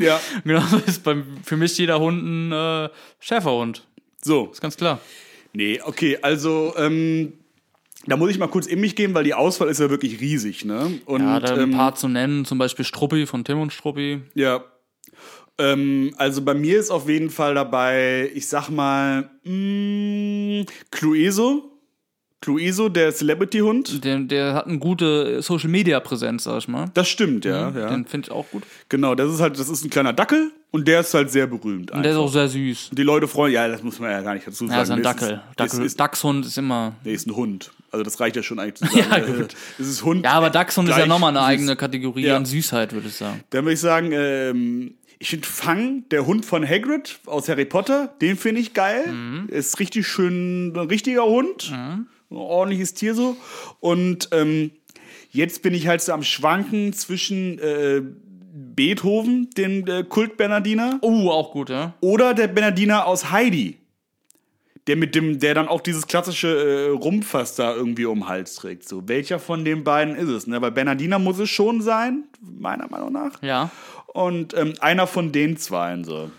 Ja,
Genauso ist bei, für mich jeder Hund ein äh, Schäferhund.
so.
Ist ganz klar.
Nee, okay, also ähm, da muss ich mal kurz in mich gehen, weil die Auswahl ist ja wirklich riesig, ne? Und,
Ja, da ein
ähm,
paar zu nennen, zum Beispiel Struppi von Tim und Struppi.
Ja. Ähm, also bei mir ist auf jeden Fall dabei, ich sag mal, mh, Clueso. Clueso, der Celebrity-Hund.
Der, der hat eine gute Social Media Präsenz, sag ich mal.
Das stimmt, ja. ja.
Den finde ich auch gut.
Genau, das ist halt, das ist ein kleiner Dackel und der ist halt sehr berühmt.
Und der
Einfach.
ist auch sehr süß.
Die Leute freuen, ja, das muss man ja gar nicht dazu sagen.
Ja, ist ein
Das
Dackel.
Ist,
Dackel
ist, ist,
Dachshund ist immer.
nee, ist ein Hund. Also das reicht ja schon eigentlich zu sagen.
Ja,
Also,
gut.
Es ist Hund.
Ja, aber Dachshund ist ja
Gleich
nochmal eine
süß.
eigene Kategorie
Ja.
an Süßheit, würde ich sagen.
Dann würde ich sagen, ähm, ich finde Fang, der Hund von Hagrid aus Harry Potter, den finde ich geil. Ist richtig schön, ein richtiger Hund. Ein ordentliches Tier so. Und ähm, jetzt bin ich halt so am Schwanken zwischen äh, Beethoven, dem äh, Kult-Bernardiner,
Oh, auch gut, ja.
oder der Bernardiner aus Heidi. Der mit dem, der dann auch dieses klassische äh, Rumpfass da irgendwie um den Hals trägt. So, welcher von den beiden ist es? Ne? Weil Bernardiner muss es schon sein, meiner Meinung nach.
Ja.
Und ähm, einer von den zweien so.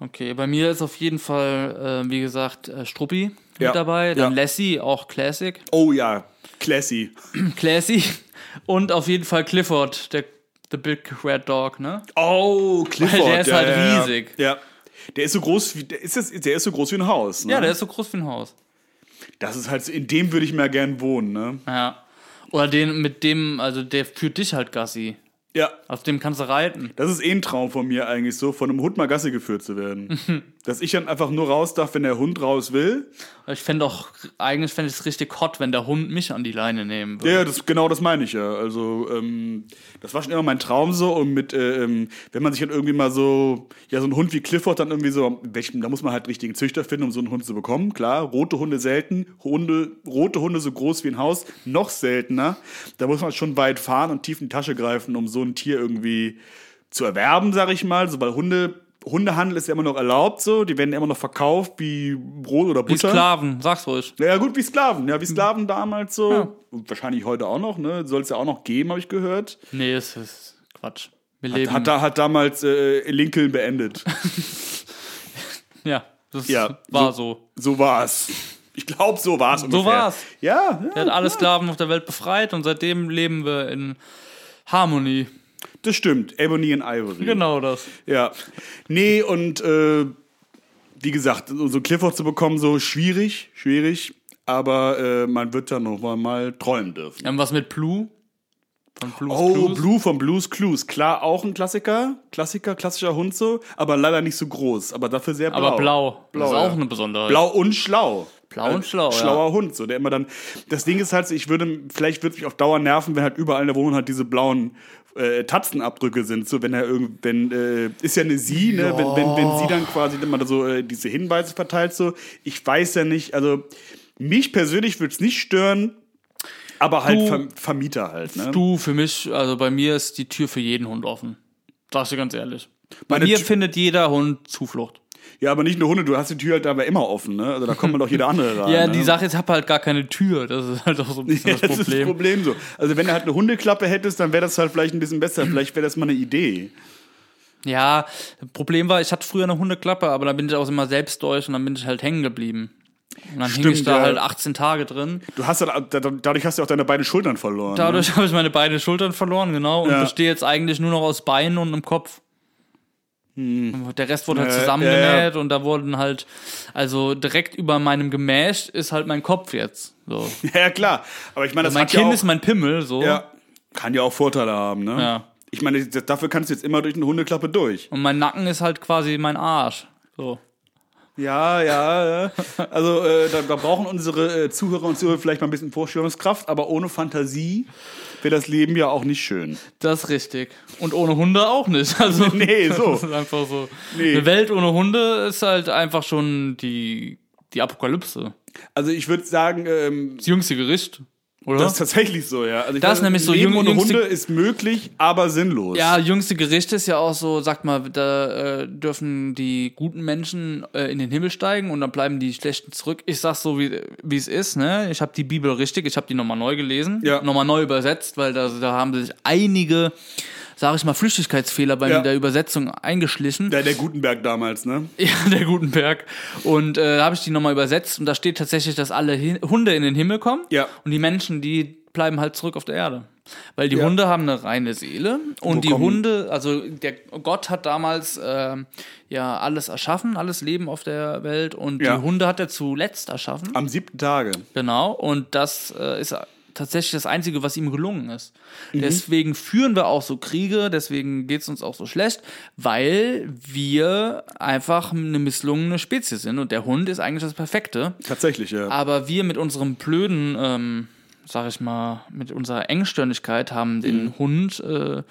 Okay, bei mir ist auf jeden Fall, äh, wie gesagt, äh, Struppi
Ja.
mit dabei. Dann
Ja.
Lassie, auch Classic.
Oh ja, classy.
Classy. Und auf jeden Fall Clifford, der The Big Red Dog, ne?
Oh, Clifford.
Weil der ist
ja,
halt
ja, ja.
riesig.
Ja. Der ist so groß wie der ist, das, der ist so groß wie ein Haus, ne?
Ja, der ist so groß wie ein Haus.
das ist halt so- in dem würde ich mal gern wohnen, ne?
Ja. Oder den, mit dem, also der führt dich halt Gassi.
Ja,
Auf dem kannst du reiten.
das ist eh ein Traum von mir eigentlich so, von einem Hund mal Gasse geführt zu werden. Dass ich dann einfach nur raus darf, wenn der Hund raus will.
Ich fände auch, eigentlich fände ich es richtig hot, wenn der Hund mich an die Leine nehmen
Ja,
würde.
ja, das, genau das meine ich ja. Also, ähm, das war schon immer mein Traum so. Und mit, äh, ähm, wenn man sich dann irgendwie mal so, ja, so einen Hund wie Clifford dann irgendwie so, welchen, da muss man halt richtigen Züchter finden, um so einen Hund zu bekommen. Klar, rote Hunde selten, Hunde, rote Hunde so groß wie ein Haus, noch seltener. Da muss man schon weit fahren und tief in die Tasche greifen, um so ein Tier irgendwie zu erwerben, sag ich mal. So, weil Hunde, Hundehandel ist ja immer noch erlaubt so. Die werden ja immer noch verkauft wie Brot oder
Wie
Butter.
Sklaven, sag's ruhig.
Ja, gut, wie Sklaven. Ja, wie
Hm.
Sklaven damals so. Und wahrscheinlich heute auch noch, ne? Soll es ja auch noch geben, habe ich gehört.
Nee, es ist Quatsch. Wir
Hat,
leben.
hat, da- hat damals äh, Lincoln beendet.
ja, das
Ja,
war so.
so war's. Ich glaube, so war's ungefähr.
war's.
Ja,
Er
ja
hat alle Sklaven auf der Welt befreit und seitdem leben wir in Harmonie.
das stimmt. Ebony and Ivory.
Genau das.
Ja. Nee, und äh, wie gesagt, so so Clifford zu bekommen, so schwierig, schwierig. Aber äh, man wird da noch mal träumen dürfen.
Wir haben was mit Blue. Von Blues
Oh,
Clues.
Blue von Blues Clues. Klar, auch ein Klassiker. Klassiker, klassischer Hund so. Aber leider nicht so groß. Aber dafür sehr blau.
Aber blau. das ist
genau. Blau,
auch
ja.
eine Besonderheit.
Blau und schlau.
Blau und
Äh,
schlau, ja.
Schlauer Hund, so, der immer dann. Das Ding ist halt, so, ich würde, vielleicht würde mich auf Dauer nerven, wenn halt überall in der Wohnung halt diese blauen äh, Tatzenabdrücke sind. So, wenn er irgend, wenn, äh, ist ja eine sie, ne? Wenn, wenn, wenn sie dann quasi immer so äh, diese Hinweise verteilt, so. Ich weiß ja nicht, also mich persönlich würde es nicht stören, aber halt
Du-
Ver Vermieter halt, ne?
Du, für mich, also bei mir ist die Tür für jeden Hund offen. Sag ich dir ganz ehrlich. Bei
Meine
mir
Tü-
findet jeder Hund Zuflucht.
Ja, aber nicht nur Hunde, du hast die Tür halt aber immer offen, ne? Also da kommt man doch jeder andere rein.
Ja,
ne?
die Sache ist, ich habe halt gar keine Tür. Das ist halt auch so ein bisschen das
das ist das
Problem.
Problem so. Also wenn du halt eine Hundeklappe hättest, dann wäre das halt vielleicht ein bisschen besser. Vielleicht wäre das mal eine Idee.
Ja, Problem war, ich hatte früher eine Hundeklappe, aber da bin ich auch immer selbst durch und dann bin ich halt hängen geblieben. Und dann hing
Stimmt,
ich da
ja.
halt 18 Tage drin.
Du hast dann, da- dadurch hast du auch deine beiden Schultern verloren. ne?
Dadurch habe ich meine beiden Schultern verloren, genau, und
Ja.
bestehe jetzt eigentlich nur noch aus Beinen und einem Kopf. Der Rest wurde halt
Hm. Ja,
zusammengenäht
ja,
und da wurden halt, also direkt über meinem Gemächt ist halt mein Kopf jetzt. So.
Ja, klar. Aber ich meine, das
mein
hat ja
Kinn
auch,
ist mein Pimmel, so.
ja, kann ja auch Vorteile haben, ne?
Ja.
Ich meine, das- dafür kannst du jetzt immer durch eine Hundeklappe durch.
Und mein Nacken ist halt quasi mein Arsch. So.
Ja, ja, ja. Also äh, da, da brauchen unsere äh, Zuhörer und Zuhörer vielleicht mal ein bisschen Vorstellungskraft, aber ohne Fantasie wäre das Leben ja auch nicht schön.
Das ist richtig. Und ohne Hunde auch nicht. Also,
Nee, so.
Das ist einfach so.
Nee.
Eine Welt ohne Hunde ist halt einfach schon die, die Apokalypse.
Also ich würde sagen, ähm,
Das jüngste Gericht, oder?
das ist tatsächlich so, ja. Also ich
Ne? Das ist
meine,
nämlich so
Leben
jüng-
ohne
jüngste-
Hunde ist möglich, aber sinnlos.
ja, jüngste Gericht ist ja auch so, sag mal, da äh, dürfen die guten Menschen äh, in den Himmel steigen und dann bleiben die schlechten zurück. Ich sag's so, wie wie es ist, ne? Ich habe die Bibel richtig, ich habe die nochmal neu gelesen,
Ja.
nochmal neu übersetzt, weil da, da haben sich einige, sag ich mal, Flüchtigkeitsfehler bei
Ja.
der Übersetzung eingeschlichen.
Der, der Gutenberg damals, ne?
Ja, der Gutenberg. Und äh, da habe ich die nochmal übersetzt und da steht tatsächlich, dass alle Hin Hunde in den Himmel kommen
Ja.
und die Menschen, die bleiben halt zurück auf der Erde. Weil die
Ja.
Hunde haben eine reine Seele und
Wo
die
kommen-
Hunde, also der Gott hat damals ähm, ja alles erschaffen, alles Leben auf der Welt und
Ja.
die Hunde hat er zuletzt erschaffen.
Am siebten Tage.
Genau, und das äh, ist tatsächlich das Einzige, was ihm gelungen ist. Deswegen führen wir auch so Kriege, deswegen geht es uns auch so schlecht, weil wir einfach eine misslungene Spezies sind und der Hund ist eigentlich das Perfekte.
Tatsächlich, ja.
Aber wir mit unserem blöden, ähm, sag ich mal, mit unserer Engstirnigkeit haben den Hund äh,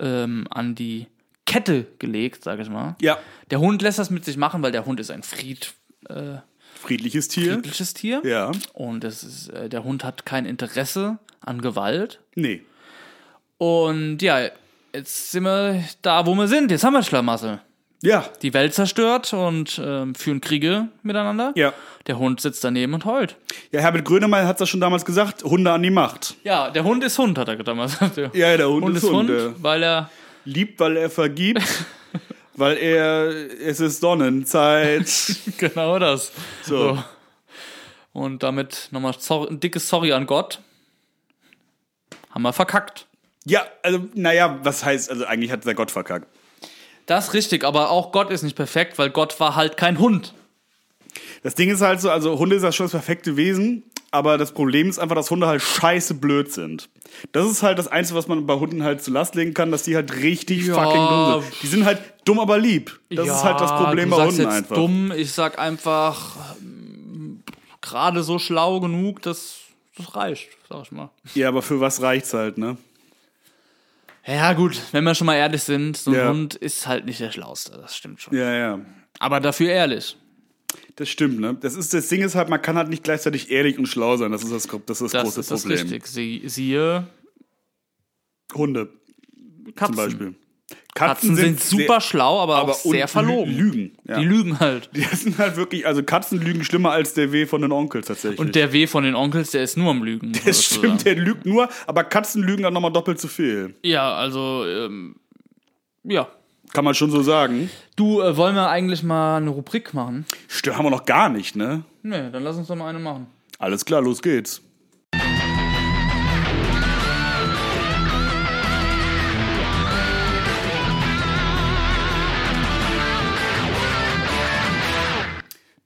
ähm, an die Kette gelegt, sag ich mal.
Ja.
Der Hund lässt das mit sich machen, weil der Hund ist ein Fried, äh,
Friedliches Tier.
friedliches Tier.
Ja.
Und es ist, äh, der Hund hat kein Interesse an Gewalt.
Nee.
Und ja, jetzt sind wir da, wo wir sind. Jetzt haben wir Schlamassel.
Ja.
Die Welt zerstört und ähm, führen Kriege miteinander.
Ja.
Der Hund sitzt daneben und heult.
Ja, Herbert Grönemeyer hat das schon damals gesagt, Hunde an die Macht.
Ja, der Hund ist Hund, hat er damals gesagt.
Ja, der Hund
Hund
ist
ist Hund,
Hund,
weil er.
Liebt, weil er vergibt, weil er, es ist Sonnenzeit.
Genau das.
So.
Und damit nochmal sorry, ein dickes Sorry an Gott. Haben wir verkackt.
Ja, also, naja, was heißt, also eigentlich hat der Gott verkackt.
Das ist richtig, aber auch Gott ist nicht perfekt, weil Gott war halt kein Hund.
Das Ding ist halt so, also Hunde ist das schon das perfekte Wesen, Aber das Problem ist einfach, dass Hunde halt scheiße blöd sind. Das ist halt das Einzige, was man bei Hunden halt zur Last legen kann, dass die halt richtig
Ja.
fucking dumm sind. Die sind halt dumm, aber lieb. Das ist halt das Problem
du
bei
sagst
Hunden
jetzt
einfach.
dumm, ich sag einfach ähm, gerade so schlau genug, dass das reicht, sag ich mal.
Ja, aber für was reicht's halt, ne?
Ja, gut, wenn wir schon mal ehrlich sind, so ein
Ja.
Hund ist halt nicht der Schlauste, das stimmt schon.
Ja, ja.
Aber dafür ehrlich.
Das stimmt, ne? Das ist das Ding ist halt, man kann halt nicht gleichzeitig ehrlich und schlau sein. Das ist das, das, ist das
Das
große
ist das
Problem.
richtig. Sie, siehe
Hunde
Katzen.
zum Beispiel.
Katzen sind, super schlau, aber,
aber
auch sehr
un-
verlogen.
Lügen. Ja.
Die lügen halt.
Die sind halt wirklich, also Katzen lügen schlimmer als der Weh von den Onkels tatsächlich.
Und der W von den Onkels, der ist nur am Lügen.
das
sozusagen.
stimmt, der lügt nur, aber Katzen lügen dann nochmal doppelt so viel.
Ja, also, ähm, ja.
Kann man schon so sagen.
Du, äh, wollen wir eigentlich mal eine Rubrik machen?
Stö haben wir noch gar nicht, ne?
Nee, dann lass uns doch mal eine machen.
Alles klar, los geht's.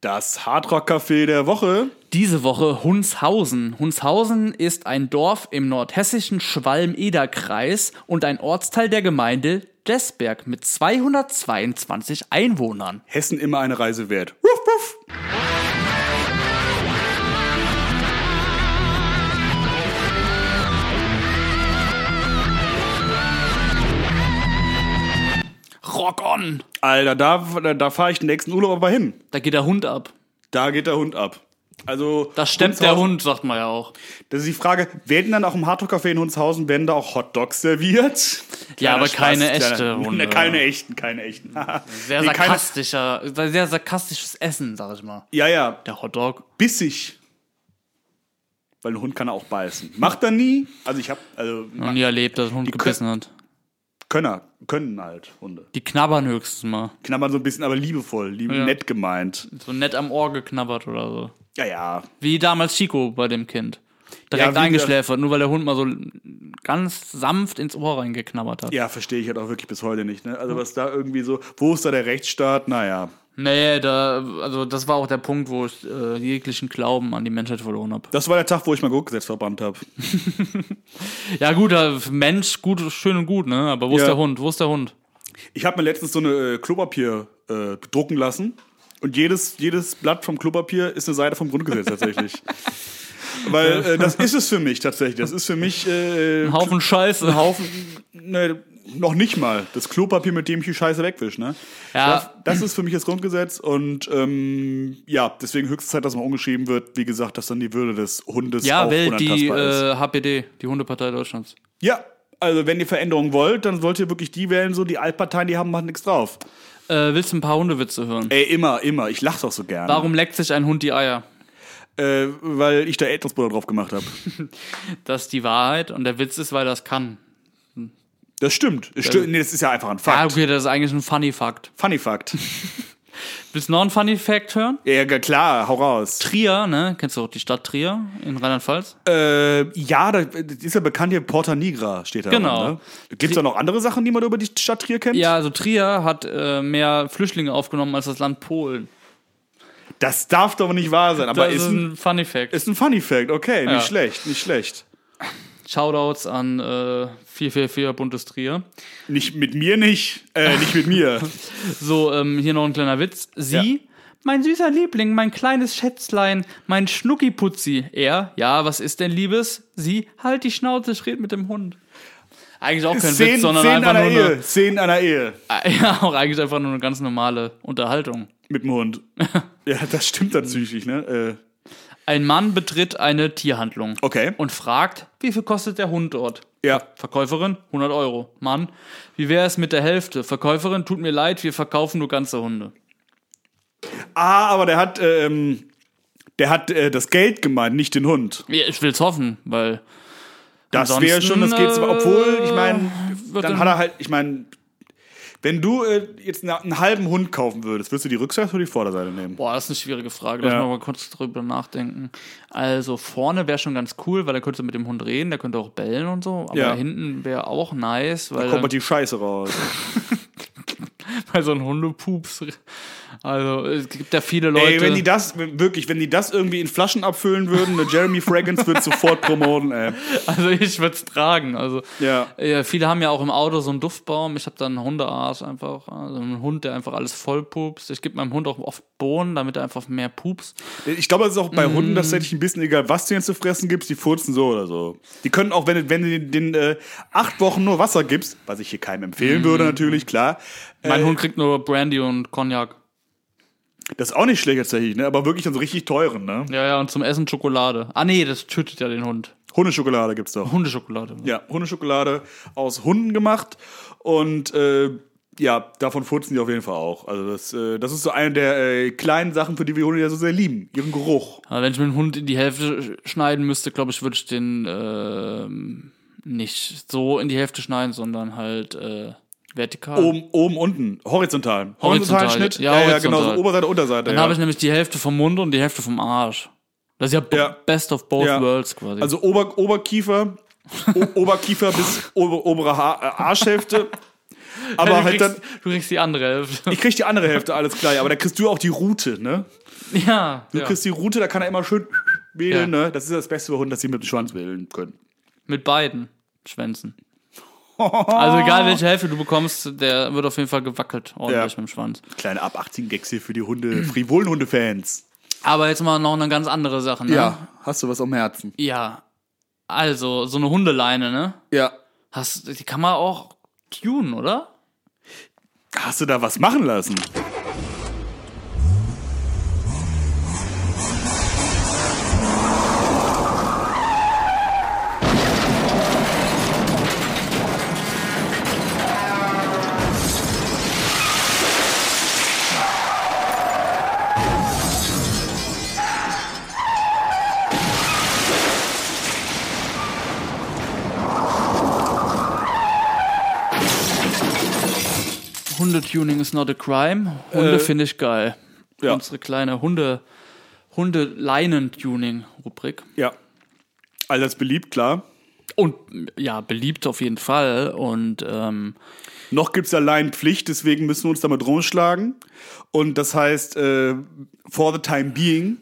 Das Hardrock-Café der Woche.
Diese Woche Hunshausen. Hunshausen ist ein Dorf im nordhessischen Schwalm-Eder-Kreis und ein Ortsteil der Gemeinde Desberg mit 222 Einwohnern.
Hessen immer eine Reise wert. Wuff, wuff.
Rock on!
Alter, da, da, da fahre ich den nächsten Urlaub aber hin.
Da geht der Hund ab.
Da geht der Hund ab. Also,
Da stemmt der Hund, sagt man ja auch.
Das ist die Frage, werden dann auch im Hardrock-Café in Hundshausen, werden da auch Hotdogs serviert?
Ja, aber keine echte Hunde.
Hunde. Keine echten, keine echten.
Sehr
Nee, keine-
sarkastischer, sehr sarkastisches Essen, sag ich mal.
Ja, ja,
Der Hotdog.
bissig. Weil ein Hund kann er auch beißen. Macht er nie. Also ich habe, also
Noch nie erlebt, dass ein Hund gebissen hat.
Könner, können halt Hunde.
Die knabbern höchstens mal.
Knabbern so ein bisschen, aber liebevoll, lieb,
Ja.
nett gemeint.
So nett am Ohr geknabbert oder so.
Ja, ja.
Wie damals Chico bei dem Kind. Direkt
Ja, wie
eingeschläfert, nur weil der Hund mal so ganz sanft ins Ohr reingeknabbert hat.
Ja, verstehe ich halt auch wirklich bis heute nicht. Ne? Also was da irgendwie so, wo ist da der Rechtsstaat? Naja.
Nee, da, also das war auch der Punkt, wo ich äh, jeglichen Glauben an die Menschheit verloren habe.
Das war der Tag, wo ich mein Grundgesetz verbrannt habe.
Ja, gut, äh, Mensch, gut, schön und gut, ne? Aber wo ist
Ja.
der Hund? Wo ist der Hund?
Ich habe mir letztens so eine äh, Klopapier äh, drucken lassen. Und jedes, jedes Blatt vom Klopapier ist eine Seite vom Grundgesetz tatsächlich. Weil äh, das ist es für mich tatsächlich. Das ist für mich äh,
Ein Haufen Scheiße.
Ein Haufen, ne, noch nicht mal. Das Klopapier, mit dem ich die Scheiße wegwisch, ne?
Ja.
Das, das ist für mich das Grundgesetz und ähm, ja, deswegen höchste Zeit, dass man umgeschrieben wird. Wie gesagt, dass dann die Würde des Hundes
Ja,
auch
wählt die
unantastbar ist.
äh, HPD, die Hundepartei Deutschlands.
Ja, also wenn ihr Veränderungen wollt, dann sollt ihr wirklich die wählen, so die Altparteien, die haben machen nichts drauf.
Äh, willst du ein paar Hundewitze hören?
Ey, immer, immer. Ich lach doch so gerne.
Warum leckt sich ein Hund die Eier?
Äh, weil ich da Erdnussbutter drauf gemacht habe.
Das ist die Wahrheit und der Witz ist, weil das kann.
Das stimmt. Es Stö nee, das ist ja einfach ein
Ah,
Fakt.
okay, das ist eigentlich ein Funny Fact.
Funny Fact.
Willst du noch einen Funny Fact hören?
ja, ja, klar, hau raus.
Trier, ne? Kennst du auch die Stadt Trier in Rheinland-Pfalz?
Äh, ja, da das ist ja bekannt hier Porta Nigra steht da.
Genau.
dran, Ne? Gibt es da noch andere Sachen, die man über die Stadt Trier kennt?
Ja, also Trier hat äh, mehr Flüchtlinge aufgenommen als das Land Polen.
Das darf doch nicht wahr sein. Aber
Das
ist
ist
ein,
ein Funny Fact.
ist ein Funny Fact. Okay,
Ja.
nicht schlecht, nicht schlecht.
Shoutouts an äh, 444 Buntes Trier.
Nicht mit mir nicht. Äh, nicht mit mir.
So, ähm, hier noch ein kleiner Witz. Sie, mein süßer Liebling, mein kleines Schätzlein, mein Schnuckiputzi. Er, ja, was ist denn, Liebes? Sie, halt die Schnauze, ich red mit dem Hund. Eigentlich auch kein
Szenen
Witz, sondern
Szenen
einfach
einer
nur
Ehe. Szenen einer Ehe.
eine, ja, auch eigentlich einfach nur eine ganz normale Unterhaltung.
Mit dem Hund. ja, das stimmt tatsächlich, ne? Äh,
Ein Mann betritt eine Tierhandlung
okay.
und fragt, wie viel kostet der Hund dort?
ja.
Verkäuferin, 100 Euro. Mann, wie wäre es mit der Hälfte? Verkäuferin, tut mir leid, wir verkaufen nur ganze Hunde.
Ah, aber der hat, ähm, der hat äh, das Geld gemeint, nicht den Hund.
Ja, Ich will's hoffen, weil
Das
Ansonsten,
wäre schon, das geht's.
äh,
obwohl, ich meine,
wird
dann
dann-
hat er halt, ich meine, wenn du äh, jetzt na- einen halben Hund kaufen würdest, würdest du die Rückseite oder die Vorderseite nehmen?
Boah, das ist eine schwierige Frage. Lass
Ja.
mal mal kurz drüber nachdenken. Also vorne wäre schon ganz cool, weil er könnte mit dem Hund reden, der könnte auch bellen und so. Aber
Ja.
hinten wäre auch nice, weil,
Kommt mal die Scheiße raus.
weil so ein Hundepups Also es gibt ja viele Leute.
Ey, wenn die das, wirklich, wenn die das irgendwie in Flaschen abfüllen würden, der Jeremy Fragrance wird sofort promoten, ey.
Also ich würde es tragen. Also
Ja.
äh, viele haben ja auch im Auto so einen Duftbaum. Ich habe da einen Hundearsch einfach, also einen Hund, der einfach alles voll pupst. Ich gebe meinem Hund auch oft Bohnen, damit er einfach mehr pupst.
Ich glaube, es ist auch bei Hunden tatsächlich ein bisschen egal, was du ihnen zu fressen gibst, die furzen so oder so. Die können auch, wenn, du- wenn du den, den äh, acht Wochen nur Wasser gibst, was ich hier keinem empfehlen würde natürlich, klar.
Mein
äh,
Hund kriegt nur Brandy und Cognac.
Das ist auch nicht schlecht tatsächlich, ne? aber wirklich dann so richtig teuren. Ne?
Ja, ja, und zum Essen Schokolade. Ah nee, das tötet ja den Hund.
Hundeschokolade gibt's doch.
Hundeschokolade.
Ja, Hundeschokolade aus Hunden gemacht und äh, ja, davon furzen die auf jeden Fall auch. Also das, äh, das ist so eine der äh, kleinen Sachen, für die wir Hunde ja so sehr lieben, ihren Geruch.
Aber Also wenn ich mit dem Hund in die Hälfte sch- schneiden müsste, glaube ich, würde ich den ähm, nicht so in die Hälfte schneiden, sondern halt äh, vertikal.
Oben, oben, unten, horizontal. Horizontalen
Horizontal,
Schnitt,
ja,
ja, ja,
horizontal.
genau, so Oberseite, Unterseite.
Dann
ja.
habe ich nämlich die Hälfte vom Mund und die Hälfte vom Arsch. Das ist ja, b-
Ja.
Best of both
Ja.
worlds quasi.
Also Ober, Oberkiefer, o Oberkiefer bis ober, obere ha äh, Arschhälfte.
Ja,
Aber
du,
halt dann,
kriegst, du kriegst die andere Hälfte.
ich krieg die andere Hälfte, alles klar. ja, Aber da kriegst du auch die Route, ne?
ja,
Du
ja.
kriegst die Route, da kann er immer schön wählen,
Ja.
ne? Das ist das Beste bei Hunden, dass sie mit dem Schwanz wählen können.
mit beiden Schwänzen. Also egal welche Hälfte du bekommst, der wird auf jeden Fall gewackelt ordentlich
Ja.
mit dem Schwanz.
Kleine ab 18 Gags hier für die Hunde, frivolen Hundefans.
Aber jetzt mal noch eine ganz andere Sache, ne?
hast du was am Herzen?
Ja. Also, so eine Hundeleine, ne?
Ja.
Hast, die kann man auch tunen, oder?
Hast du da was machen lassen?
Hundetuning is not a crime. Hunde
Äh,
finde ich geil.
ja.
Unsere kleine Hunde, Hunde-Leinen-Tuning-Rubrik.
Ja. Allseits beliebt, klar.
Und ja, beliebt auf jeden Fall. Und ähm,
Noch gibt's ja Laienpflicht, deswegen müssen wir uns damit rumschlagen. Und das heißt, äh, for the time being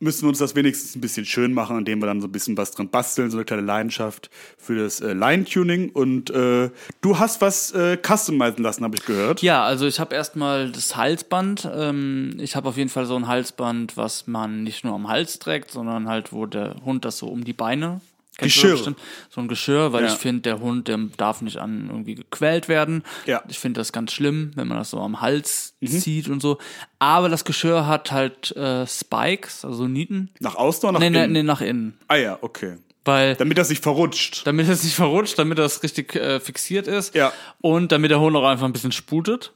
müssen wir uns das wenigstens ein bisschen schön machen, indem wir dann so ein bisschen was dran basteln, so eine kleine Leidenschaft für das äh, Line-Tuning. Und äh, du hast was äh, customizen lassen, habe ich gehört.
ja, also ich habe erstmal das Halsband. Ähm, ich habe auf jeden Fall so ein Halsband, was man nicht nur am Hals trägt, sondern halt, wo der Hund das so um die Beine. Kennst du
Geschirr.
bestimmt? So ein Geschirr, weil
Ja.
ich finde, der Hund, der darf nicht an irgendwie gequält werden.
Ja. Mhm.
Ich finde das ganz schlimm, wenn man das so am Hals zieht und so. Aber das Geschirr hat halt äh, Spikes, also Nieten.
Nach Außen oder nach
Nee, nee,
innen?
nee, nach innen.
Ah ja, okay.
Weil
Damit das nicht verrutscht.
damit es nicht verrutscht, damit das richtig äh, fixiert ist.
Ja.
Und damit der Hund auch einfach ein bisschen sputet.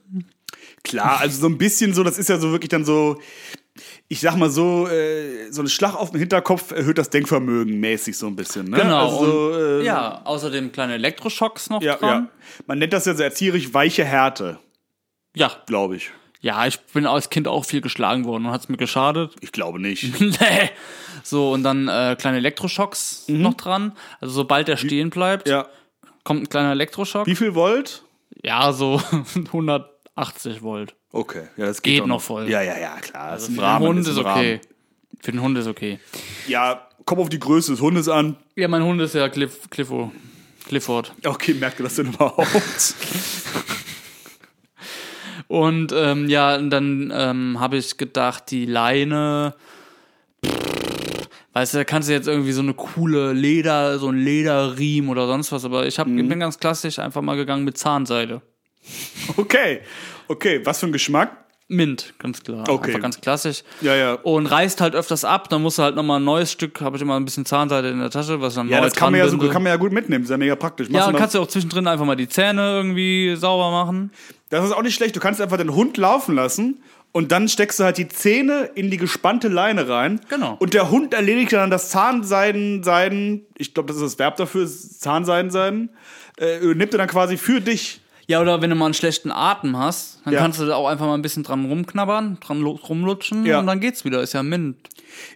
Klar, also so ein bisschen so, das ist ja so wirklich dann so, ich sag mal so, äh, so ein Schlag auf den Hinterkopf erhöht das Denkvermögen mäßig so ein bisschen. Ne?
Genau.
Also, so,
und,
äh,
ja, außerdem kleine Elektroschocks noch
Ja, ja.
dran.
Man nennt das ja so erzieherisch weiche Härte,
Ja. ja.
glaube ich.
ich bin als Kind auch viel geschlagen worden und hat's mir geschadet.
Ich glaube nicht.
Nee. so, und dann äh, kleine Elektroschocks noch dran. Also sobald der stehen bleibt,
Mhm. Ja.
kommt ein kleiner Elektroschock.
Wie viel Volt?
Ja, so 180 Volt.
Okay, ja, das
Geht
doch
noch voll.
Ja, ja, ja, klar. Also
Für den Hund ist, okay. Für den Hund ist okay.
Ja, komm auf die Größe des Hundes an.
Ja, mein Hund ist ja Cliff, Cliffo. Clifford.
Okay, merke das denn überhaupt?
Und ähm, ja, und dann ähm, habe ich gedacht, die Leine. Weißt du, da kannst du jetzt irgendwie so eine coole Leder, so ein Lederriemen oder sonst was, aber ich hab,
Mhm.
bin ganz klassisch einfach mal gegangen mit Zahnseide.
okay, okay, was für ein Geschmack?
Mint, ganz klar.
Okay.
Einfach ganz klassisch.
Ja, ja.
Und reißt halt öfters ab, dann musst du halt nochmal ein neues Stück, habe ich immer ein bisschen Zahnseide in der Tasche, was dann
Ja,
neu
das kann
dran
man ja, so,
binde.
kann man ja gut mitnehmen. Das ist ja mega praktisch.
Oh, Ja,
Machst
und
du noch-
kannst du auch zwischendrin einfach mal die Zähne irgendwie sauber machen.
Das ist auch nicht schlecht. Du kannst einfach den Hund laufen lassen und dann steckst du halt die Zähne in die gespannte Leine rein.
Genau.
Und der Hund erledigt dann das Zahnseiden, Seiden, ich glaube, das ist das Verb dafür, Zahnseiden, Seiden, äh, nimmt er dann quasi für dich.
Ja, oder wenn du mal einen schlechten Atem hast, dann
Ja.
kannst du da auch einfach mal ein bisschen dran rumknabbern, dran lu- rumlutschen
Ja.
und dann geht's wieder. Ist ja Mint.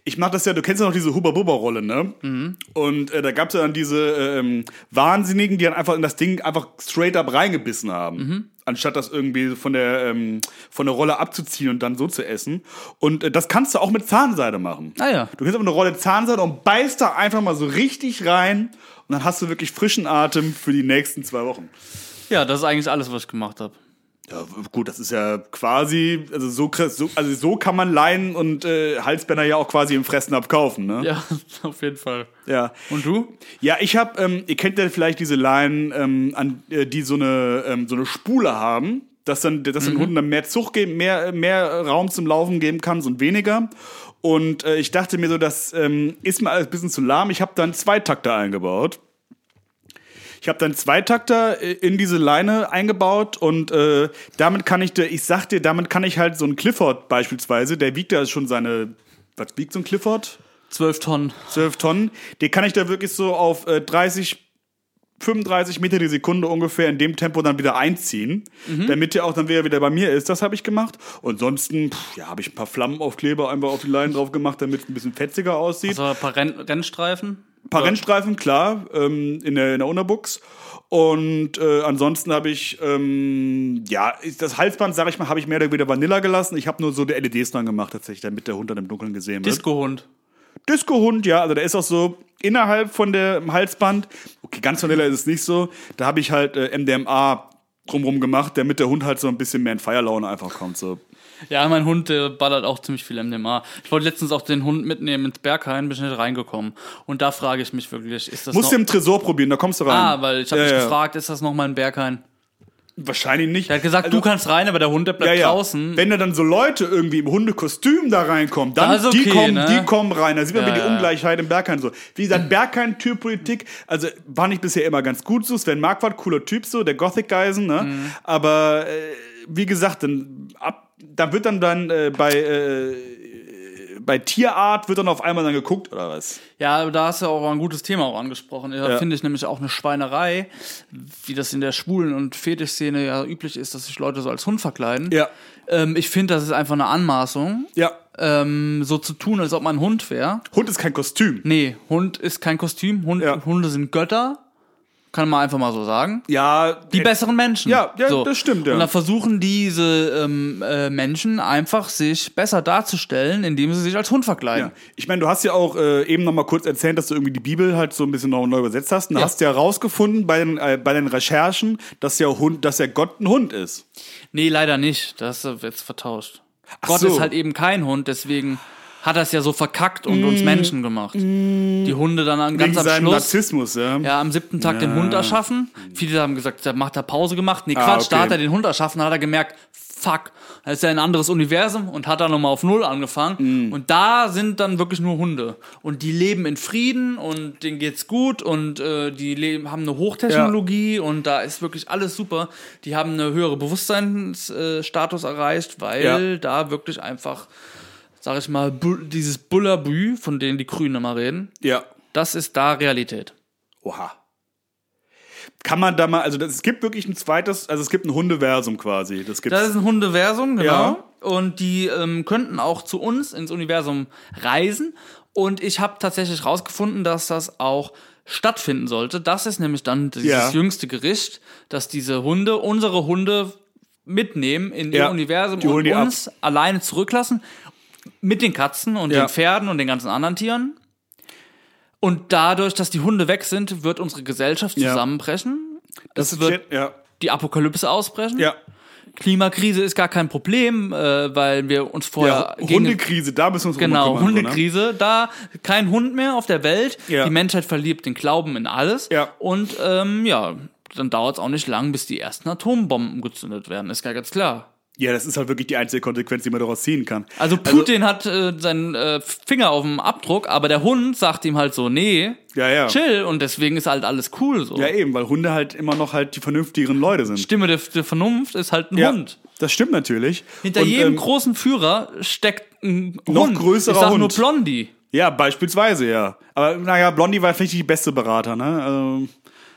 Ich mach das ja, du kennst ja noch diese Hubba-Bubba-Rolle, ne?
Mhm.
Und äh, da gab's ja dann diese äh, ähm, Wahnsinnigen, die dann einfach in das Ding einfach straight up reingebissen haben.
Mhm.
Anstatt das irgendwie von der, ähm, von der Rolle abzuziehen und dann so zu essen. Und äh, das kannst du auch mit Zahnseide machen.
Ah ja.
Du kannst aber eine Rolle Zahnseide und beißt da einfach mal so richtig rein. Und dann hast du wirklich frischen Atem für die nächsten zwei Wochen.
Ja, das ist eigentlich alles, was ich gemacht habe.
Ja, w- gut, das ist ja quasi, also so, krass- so, also so kann man Leinen und äh, Halsbänder ja auch quasi im Fressen abkaufen, ne?
Ja, auf jeden Fall.
ja.
Und du?
Ja, ich hab, ähm, ihr kennt ja vielleicht diese Leinen, ähm, an, äh, die so eine, ähm, so eine Spule haben, dass dann, dass den Hunden dann mehr Zug geben, mehr, äh, mehr äh, Raum zum Laufen geben kannst und weniger. Und äh, ich dachte mir so, das ähm, ist mir alles ein bisschen zu lahm. Ich habe dann Zweitakter eingebaut. Ich habe dann Zweitakter äh, in diese Leine eingebaut und äh, damit kann ich, dir- ich sag dir, damit kann ich halt so einen Clifford beispielsweise, der wiegt ja schon seine, was wiegt so ein Clifford?
Zwölf Tonnen.
12 Tonnen, den kann ich da wirklich so auf äh, 30, 35 Meter die Sekunde ungefähr in dem Tempo dann wieder einziehen, damit der auch dann wieder, wieder bei mir ist. Das habe ich gemacht. Und sonst, pff, ja, habe ich ein paar Flammenaufkleber einfach auf die Leinen drauf gemacht, damit es ein bisschen fetziger aussieht.
So ein paar Renn Rennstreifen.
Ein paar Rennstreifen, klar, ähm, in der, in der Unterbuchs. Und äh, ansonsten habe ich, ähm, ja, ist das Halsband, sage ich mal, habe ich mehr oder weniger Vanilla gelassen. Ich habe nur so die LEDs dran gemacht, tatsächlich, damit der Hund dann im Dunkeln gesehen wird.
Discohund.
Disco-Hund, ja, also der ist auch so innerhalb von dem Halsband. Okay, ganz vanilla ist es nicht so. Da habe ich halt äh, MDMA drumrum gemacht, damit der Hund halt so ein bisschen mehr in Feierlaune einfach kommt. So.
Ja, mein Hund der ballert auch ziemlich viel MDMA. Ich wollte letztens auch den Hund mitnehmen ins Berghain, bin ich nicht reingekommen. Und da frage ich mich wirklich, ist das
Musst du
noch...
im Tresor probieren, da kommst du rein.
Ah, weil ich habe
ja,
mich
ja.
gefragt, ist das noch mal ein Berghain?
Wahrscheinlich nicht.
Er hat gesagt,
Also,
du kannst rein, aber der Hund, der
ja,
bleibt
ja.
draußen.
Wenn da dann so Leute irgendwie im Hundekostüm da reinkommen, dann
Das ist okay,
die kommen,
ne?
die kommen rein. Da sieht man
Ja,
wieder die
ja.
Ungleichheit im Berghain so. Wie gesagt, Berghain Türpolitik, also war nicht bisher immer ganz gut so. Sven Marquardt, cooler Typ so, der Gothic Geisen, ne?
Mhm.
Aber äh, wie gesagt, dann ab, da wird dann dann äh, bei äh, bei Tierart wird dann auf einmal dann geguckt oder was?
Ja, aber da hast du auch ein gutes Thema auch angesprochen. Da
Ja.
finde ich nämlich auch eine Schweinerei, wie das in der Schwulen- und Fetischszene ja üblich ist, dass sich Leute so als Hund verkleiden.
Ja.
Ähm, ich finde, das ist einfach eine Anmaßung,
Ja,
ähm, so zu tun, als ob man ein Hund wäre.
Hund ist kein Kostüm.
Nee, Hund ist kein Kostüm. Hund,
Ja.
Hunde sind Götter. Kann man einfach mal so sagen.
Ja,
Die
äh,
besseren Menschen.
Ja, ja,
so.
das stimmt, ja.
Und dann versuchen diese ähm, äh, Menschen einfach, sich besser darzustellen, indem sie sich als Hund verkleiden.
Ja. Ich meine, du hast ja auch äh, eben noch mal kurz erzählt, dass du irgendwie die Bibel halt so ein bisschen neu, neu übersetzt hast. Und
Ja.
hast ja herausgefunden bei den, äh, bei den Recherchen, dass ja Hund, dass ja Gott ein Hund ist.
Nee, leider nicht. Das ist jetzt vertauscht. Gott
so.
ist halt eben kein Hund, deswegen hat er es ja so verkackt und uns Menschen gemacht. Die Hunde dann am- ganz
Mm. Wegen
am
seinem
Schluss.
Narzissmus, ja.
Ja, am siebten Tag den Hund erschaffen. Viele haben gesagt, da macht er Pause gemacht. Nee, Quatsch, da
Ah, okay.
hat er den Hund erschaffen, da hat er gemerkt, fuck, da ist er in ein anderes Universum und hat dann nochmal auf Null angefangen.
Mhm.
Und da sind dann wirklich nur Hunde. Und die leben in Frieden und denen geht's gut und äh, die leben, haben eine Hochtechnologie und da ist wirklich alles super. Die haben eine höhere Bewusstseinsstatus äh, Status erreicht, weil
Ja.
da wirklich einfach, sag ich mal, bu dieses Bullabü, von denen die Grünen immer reden,
ja.
das ist da Realität.
Oha. Kann man da mal, also das, es gibt wirklich ein zweites, also es gibt ein Hundeversum quasi. Das gibt's.
Das ist ein Hundeversum, genau.
Ja.
Und die ähm, könnten auch zu uns ins Universum reisen. Und ich habe tatsächlich rausgefunden, dass das auch stattfinden sollte. Das ist nämlich dann dieses
Ja.
jüngste Gericht, dass diese Hunde, unsere Hunde mitnehmen in
Ja,
ihr Universum
die holen
und
die ab.
uns alleine zurücklassen. Mit den Katzen und
Ja.
den Pferden und den ganzen anderen Tieren. Und dadurch, dass die Hunde weg sind, wird unsere Gesellschaft
Ja.
zusammenbrechen.
Das
es wird
ist- ja.
die Apokalypse ausbrechen.
Ja.
Klimakrise ist gar kein Problem, äh, weil wir uns vorher
ja.
gegen-
Hundekrise, da müssen wir uns drum
Genau,
kümmern, so, ne?
Hundekrise, da kein Hund mehr auf der Welt.
Ja.
Die Menschheit verliert den Glauben in alles.
Ja.
Und ähm, ja, dann dauert es auch nicht lang, bis die ersten Atombomben gezündet werden. Ist gar ganz klar.
Ja, das ist halt wirklich die einzige Konsequenz, die man daraus ziehen kann.
Also Putin hat äh, seinen äh, Finger auf dem Abdruck, aber der Hund sagt ihm halt so, nee,
Ja, ja.
chill. Und deswegen ist halt alles cool so.
Ja, eben, weil Hunde halt immer noch halt die vernünftigeren Leute sind.
Stimme der, der Vernunft ist halt ein
Ja,
Hund.
Das stimmt natürlich.
Hinter
Und,
jedem
ähm,
großen Führer steckt ein
Noch
Hund.
größerer
ich sag nur
Hund.
Blondie.
Ja, beispielsweise, ja. Aber naja, Blondie war vielleicht nicht die beste Berater, ne? Also,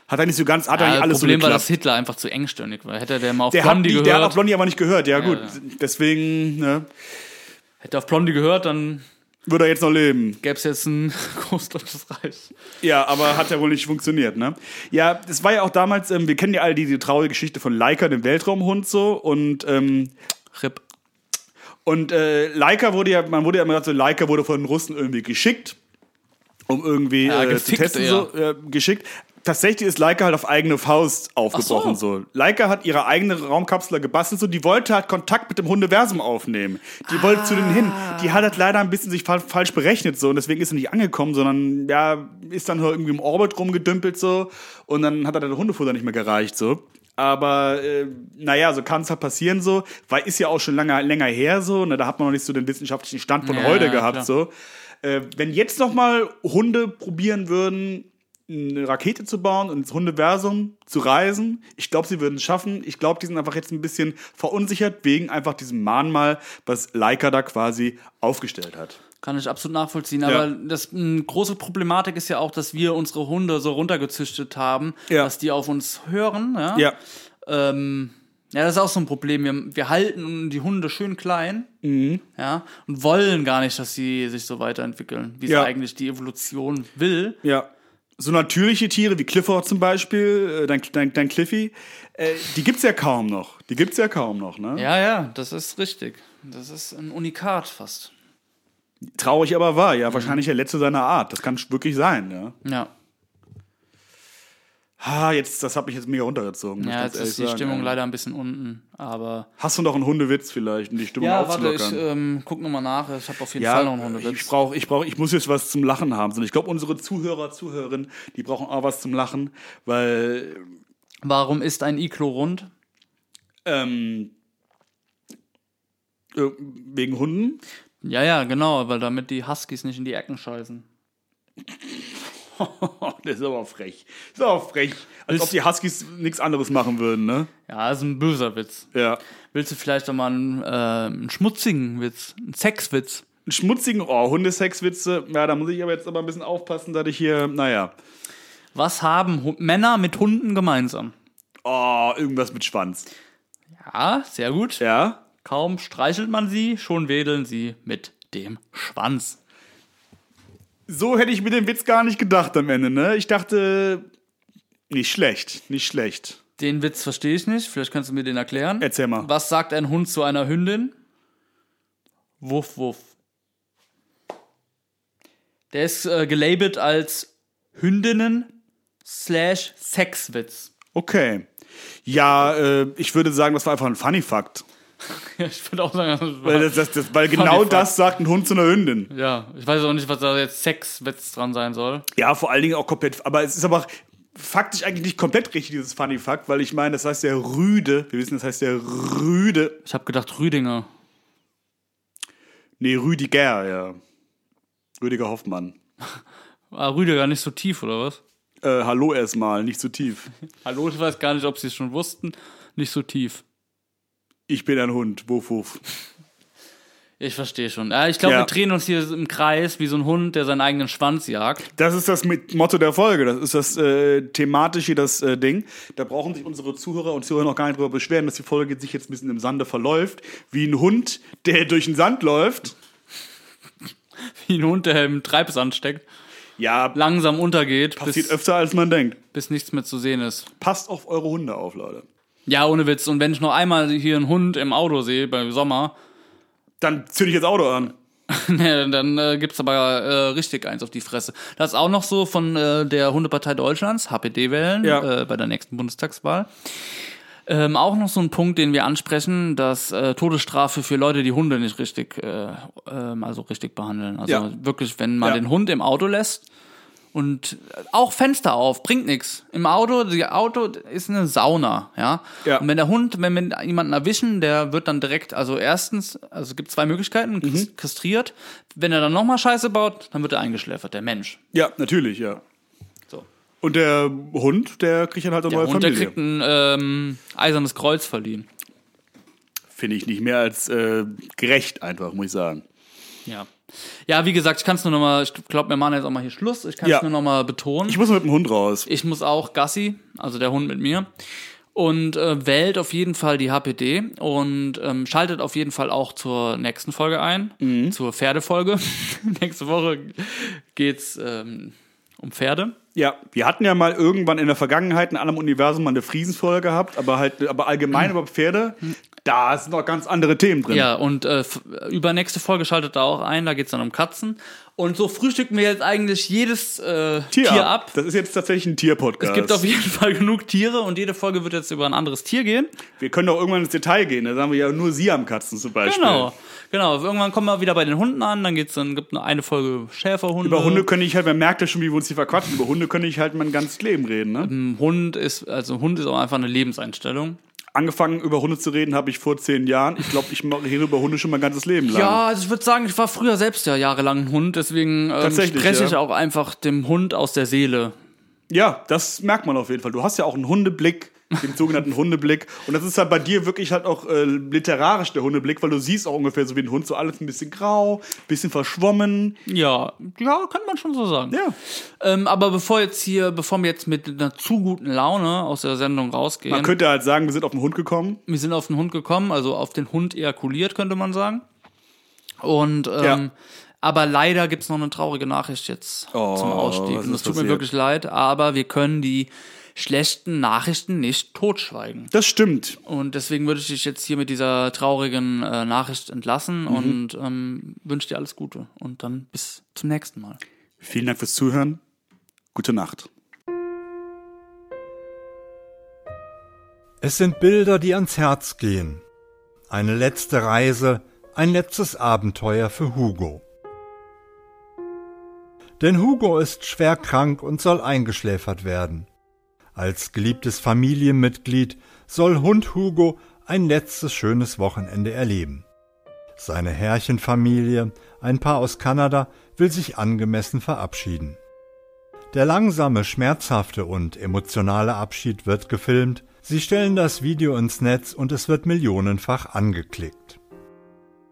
Hat er nicht so ganz, hat er
Ja,
eigentlich alles
das Äh, Problem
so
war,
geklappt.
dass Hitler einfach zu engstirnig war. Hätte der mal auf
der, hat
Blondie
die,
gehört,
der hat auf Blondie aber nicht gehört. Ja, gut.
ja.
Deswegen ne,
hätte er auf Blondie gehört, dann
würde er jetzt noch leben.
gäbe es jetzt ein großdeutsches Reich.
Ja, aber hat ja wohl nicht funktioniert, ne? Ja, das war ja auch damals, ähm, wir kennen ja alle die, die traurige Geschichte von Leica, dem Weltraumhund so. Und ähm,
Rip.
Und äh, Leica wurde ja, man wurde ja immer gesagt, so, Leica wurde von den Russen irgendwie geschickt, um irgendwie
Ja,
äh,
gefickt
zu testen,
eher.
so äh, geschickt. Tatsächlich ist Leica halt auf eigene Faust aufgebrochen.
Ach so.
So. Leica hat ihre eigene Raumkapsel gebastelt. So. Die wollte halt Kontakt mit dem Hundeversum aufnehmen. Die wollte zu denen hin.
Ah.
Die hat halt leider ein bisschen sich fa falsch berechnet. so Und deswegen ist sie nicht angekommen, sondern ja, ist dann halt irgendwie im Orbit rumgedümpelt. so Und dann hat halt der Hundefutter nicht mehr gereicht. so aber äh, naja, so kann es halt passieren so, weil ist ja auch schon lange, länger her so, ne, da hat man noch nicht so den wissenschaftlichen Stand von
Ja,
heute gehabt
klar.
so. Äh, wenn jetzt noch mal Hunde probieren würden, eine Rakete zu bauen und ins Hundeversum zu reisen, ich glaube, sie würden es schaffen. Ich glaube, die sind einfach jetzt ein bisschen verunsichert wegen einfach diesem Mahnmal, was Leica da quasi aufgestellt hat.
Kann ich absolut nachvollziehen. Aber das eine große Problematik ist ja auch, dass wir unsere Hunde so runtergezüchtet haben,
Ja.
dass die auf uns hören. Ja.
Ja,
Ähm, ja, das ist auch so ein Problem. Wir, wir halten die Hunde schön klein
Mhm.
ja, und wollen gar nicht, dass sie sich so weiterentwickeln, wie
Ja.
es eigentlich die Evolution will.
Ja. So natürliche Tiere wie Clifford zum Beispiel, äh, dein, dein, dein Cliffy, äh, die gibt's ja kaum noch. Die gibt's ja kaum noch, ne?
Ja, ja, das ist richtig. Das ist ein Unikat fast.
Traurig aber wahr, ja. Wahrscheinlich der letzte seiner Art. Das kann sch- wirklich sein, ja.
Ja,
Ha, jetzt, das hat mich jetzt mega runtergezogen. muss ich
ja
ganz
jetzt
ehrlich
ist die
sagen,
Stimmung
ja.
leider ein bisschen unten, aber.
Hast du noch einen Hundewitz vielleicht, um die Stimmung
Ja, warte,
aufzulockern?
ich ähm, guck nochmal nach. Ich habe auf jeden
ja,
Fall noch einen Hundewitz.
ich brauche, ich brauche, ich muss jetzt was zum Lachen haben. Und ich glaube, unsere Zuhörer, Zuhörerinnen, die brauchen auch was zum Lachen, weil
Warum ist ein Iglo rund?
ähm, äh, wegen Hunden.
Ja, ja, genau, weil damit die Huskies nicht in die Ecken scheißen.
Oh, das ist aber frech. Das ist aber frech. Als ob die Huskies nichts anderes machen würden, ne?
Ja, ist ein böser Witz.
Ja.
Willst du vielleicht nochmal einen, äh, einen schmutzigen Witz, einen Sexwitz?
Einen schmutzigen, oh, Hundesexwitze. Ja, da muss ich aber jetzt aber ein bisschen aufpassen, dass ich hier, naja.
Was haben Hu- Männer mit Hunden gemeinsam?
Oh, irgendwas mit Schwanz.
Ja, sehr gut.
Ja?
Kaum streichelt man sie, schon wedeln sie mit dem Schwanz.
So hätte ich mir den Witz gar nicht gedacht am Ende, ne? Ich dachte, nicht schlecht, nicht schlecht.
Den Witz verstehe ich nicht, vielleicht kannst du mir den erklären.
Erzähl mal.
Was sagt ein Hund zu einer Hündin? Wuff, wuff. Der ist äh, gelabelt als Hündinnen slash Sexwitz.
Okay. Ja, äh, ich würde sagen, das war einfach ein Funny Fact.
ich würde auch sagen,
Weil, das, das, das, weil genau
Fact.
das sagt ein Hund zu einer Hündin.
ja, ich weiß auch nicht, was da jetzt Sexwitz dran sein soll.
Ja, vor allen Dingen auch komplett. Aber es ist aber faktisch eigentlich nicht komplett richtig, dieses Funny Fact, weil ich meine, das heißt der Rüde. Wir wissen, das heißt der Rüde.
Ich habe gedacht, Rüdinger.
Nee, Rüdiger, ja. Rüdiger Hoffmann.
Ah, Rüdiger nicht so tief, oder was?
Äh, hallo erstmal, nicht zu tief.
Hallo, ich weiß gar nicht, ob sie es schon wussten. Nicht so tief.
Ich bin ein Hund. Wuff, wuff.
Ich verstehe schon. Ja, ich glaube,
Ja.
wir drehen uns hier im Kreis wie so ein Hund, der seinen eigenen Schwanz jagt.
Das ist das mit Motto der Folge. Das ist das äh, thematische, das äh, Ding. Da brauchen sich unsere Zuhörer und Zuhörer noch gar nicht drüber beschweren, dass die Folge sich jetzt ein bisschen im Sande verläuft. Wie ein Hund, der durch den Sand läuft.
Wie ein Hund, der im Treibsand steckt.
Ja,
Langsam untergeht,
passiert
bis,
öfter, als man denkt.
bis nichts mehr zu sehen ist.
Passt auf eure Hunde auf, Leute.
Ja, ohne Witz. Und wenn ich noch einmal hier einen Hund im Auto sehe, beim Sommer,
Dann zünd ich das Auto an.
ne, dann äh, gibt's aber äh, richtig eins auf die Fresse. Das ist auch noch so von äh, der Hundepartei Deutschlands, HPD-Wählen,
Ja.
äh, bei der nächsten Bundestagswahl. Ähm, auch noch so ein Punkt, den wir ansprechen, dass äh, Todesstrafe für Leute, die Hunde nicht richtig, äh, ähm, also richtig behandeln. Also
Ja.
wirklich, wenn man
Ja.
den Hund im Auto lässt und auch Fenster auf, bringt nichts. Im Auto, die Auto ist eine Sauna, ja.
Ja.
Und wenn der Hund, wenn wir jemanden erwischen, der wird dann direkt, also erstens, also es gibt zwei
Mhm.
Möglichkeiten, kas- kastriert. Wenn er dann nochmal Scheiße baut, dann wird er eingeschläfert, der Mensch.
Ja, natürlich, ja.
So.
Und der Hund, der kriegt dann halt eine
Der
neue
Hund, der
Familie.
kriegt ein ähm, eisernes Kreuz verliehen.
Finde ich nicht mehr als äh, gerecht einfach, muss ich sagen.
Ja. Ja, wie gesagt, ich kann es nur nochmal, ich glaube, wir machen jetzt auch mal hier Schluss. Ich kann es
Ja.
nur nochmal betonen.
Ich muss mit dem Hund raus.
Ich muss auch Gassi, also der Hund mit mir. Und äh, wählt auf jeden Fall die HPD und ähm, schaltet auf jeden Fall auch zur nächsten Folge ein, zur Pferdefolge. Nächste Woche geht's ähm, um Pferde.
Ja, wir hatten ja mal irgendwann in der Vergangenheit in einem Universum mal eine Friesenfolge gehabt, aber halt, aber allgemein über Pferde, da sind noch ganz andere Themen drin.
Ja, und äh, f- übernächste Folge schaltet da auch ein, da geht's dann um Katzen. Und so frühstücken wir jetzt eigentlich jedes äh, Tier, ab.
Das ist jetzt tatsächlich ein Tierpodcast.
Es gibt auf jeden Fall genug Tiere und jede Folge wird jetzt über ein anderes Tier gehen.
wir können doch irgendwann ins Detail gehen. Da sagen wir ja nur Siamkatzen zum Beispiel.
Genau, genau. Irgendwann kommen wir wieder bei den Hunden an, dann geht's dann gibt eine, eine Folge Schäferhunde.
Über Hunde könnte ich halt, man merkt ja schon, wie wir uns hier verquatschen. Über Hunde könnte ich halt mein ganzes Leben reden. Ne?
Ein Ähm, Hund ist also Hund ist auch einfach eine Lebenseinstellung.
Angefangen über Hunde zu reden habe ich vor zehn Jahren. Ich glaube, ich mache hier über Hunde schon mein ganzes Leben lang.
Ja, also ich würde sagen, ich war früher selbst ja jahrelang ein Hund, deswegen ähm,
Tatsächlich,
spreche
ja.
ich auch einfach dem Hund aus der Seele.
Ja, das merkt man auf jeden Fall. Du hast ja auch einen Hundeblick, den sogenannten Hundeblick. Und das ist halt bei dir wirklich halt auch äh, literarisch der Hundeblick, weil du siehst auch ungefähr so wie ein Hund, so alles ein bisschen grau, bisschen verschwommen.
Ja, ja, kann man schon so sagen.
Ja.
Ähm, aber bevor jetzt hier, bevor wir jetzt mit einer zu guten Laune aus der Sendung rausgehen,
Man könnte halt sagen, wir sind auf den Hund gekommen.
wir sind auf den Hund gekommen, also auf den Hund ejakuliert, könnte man sagen. Und ähm,
Ja.
aber leider gibt's noch eine traurige Nachricht jetzt
Oh,
zum Ausstieg.
was
Und das
ist
tut mir
passiert?
wirklich leid, aber wir können die schlechten Nachrichten nicht totschweigen.
Das stimmt.
Und deswegen würde ich dich jetzt hier mit dieser traurigen äh, Nachricht entlassen
Mhm.
und ähm, wünsche dir alles Gute. Und dann bis zum nächsten Mal.
Vielen Dank fürs Zuhören. Gute Nacht.
Es sind Bilder, die ans Herz gehen. Eine letzte Reise, ein letztes Abenteuer für Hugo. Denn Hugo ist schwer krank und soll eingeschläfert werden. Als geliebtes Familienmitglied soll Hund Hugo ein letztes schönes Wochenende erleben. Seine Herrchenfamilie, ein Paar aus Kanada, will sich angemessen verabschieden. Der langsame, schmerzhafte und emotionale Abschied wird gefilmt. Sie stellen das Video ins Netz und es wird millionenfach angeklickt.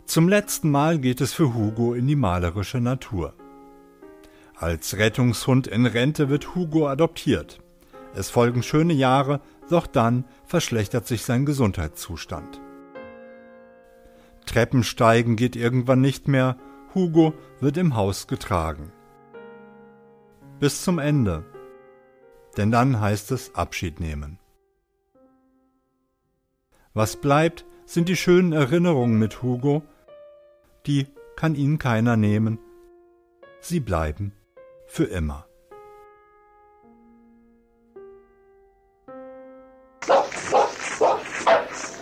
Zum letzten Mal geht es für Hugo in die malerische Natur. Als Rettungshund in Rente wird Hugo adoptiert. Es folgen schöne Jahre, doch dann verschlechtert sich sein Gesundheitszustand. Treppensteigen geht irgendwann nicht mehr, Hugo wird im Haus getragen bis zum Ende. Denn dann heißt es Abschied nehmen. Was bleibt, sind die schönen Erinnerungen mit Hugo. Die kann ihnen keiner nehmen. Sie bleiben für immer.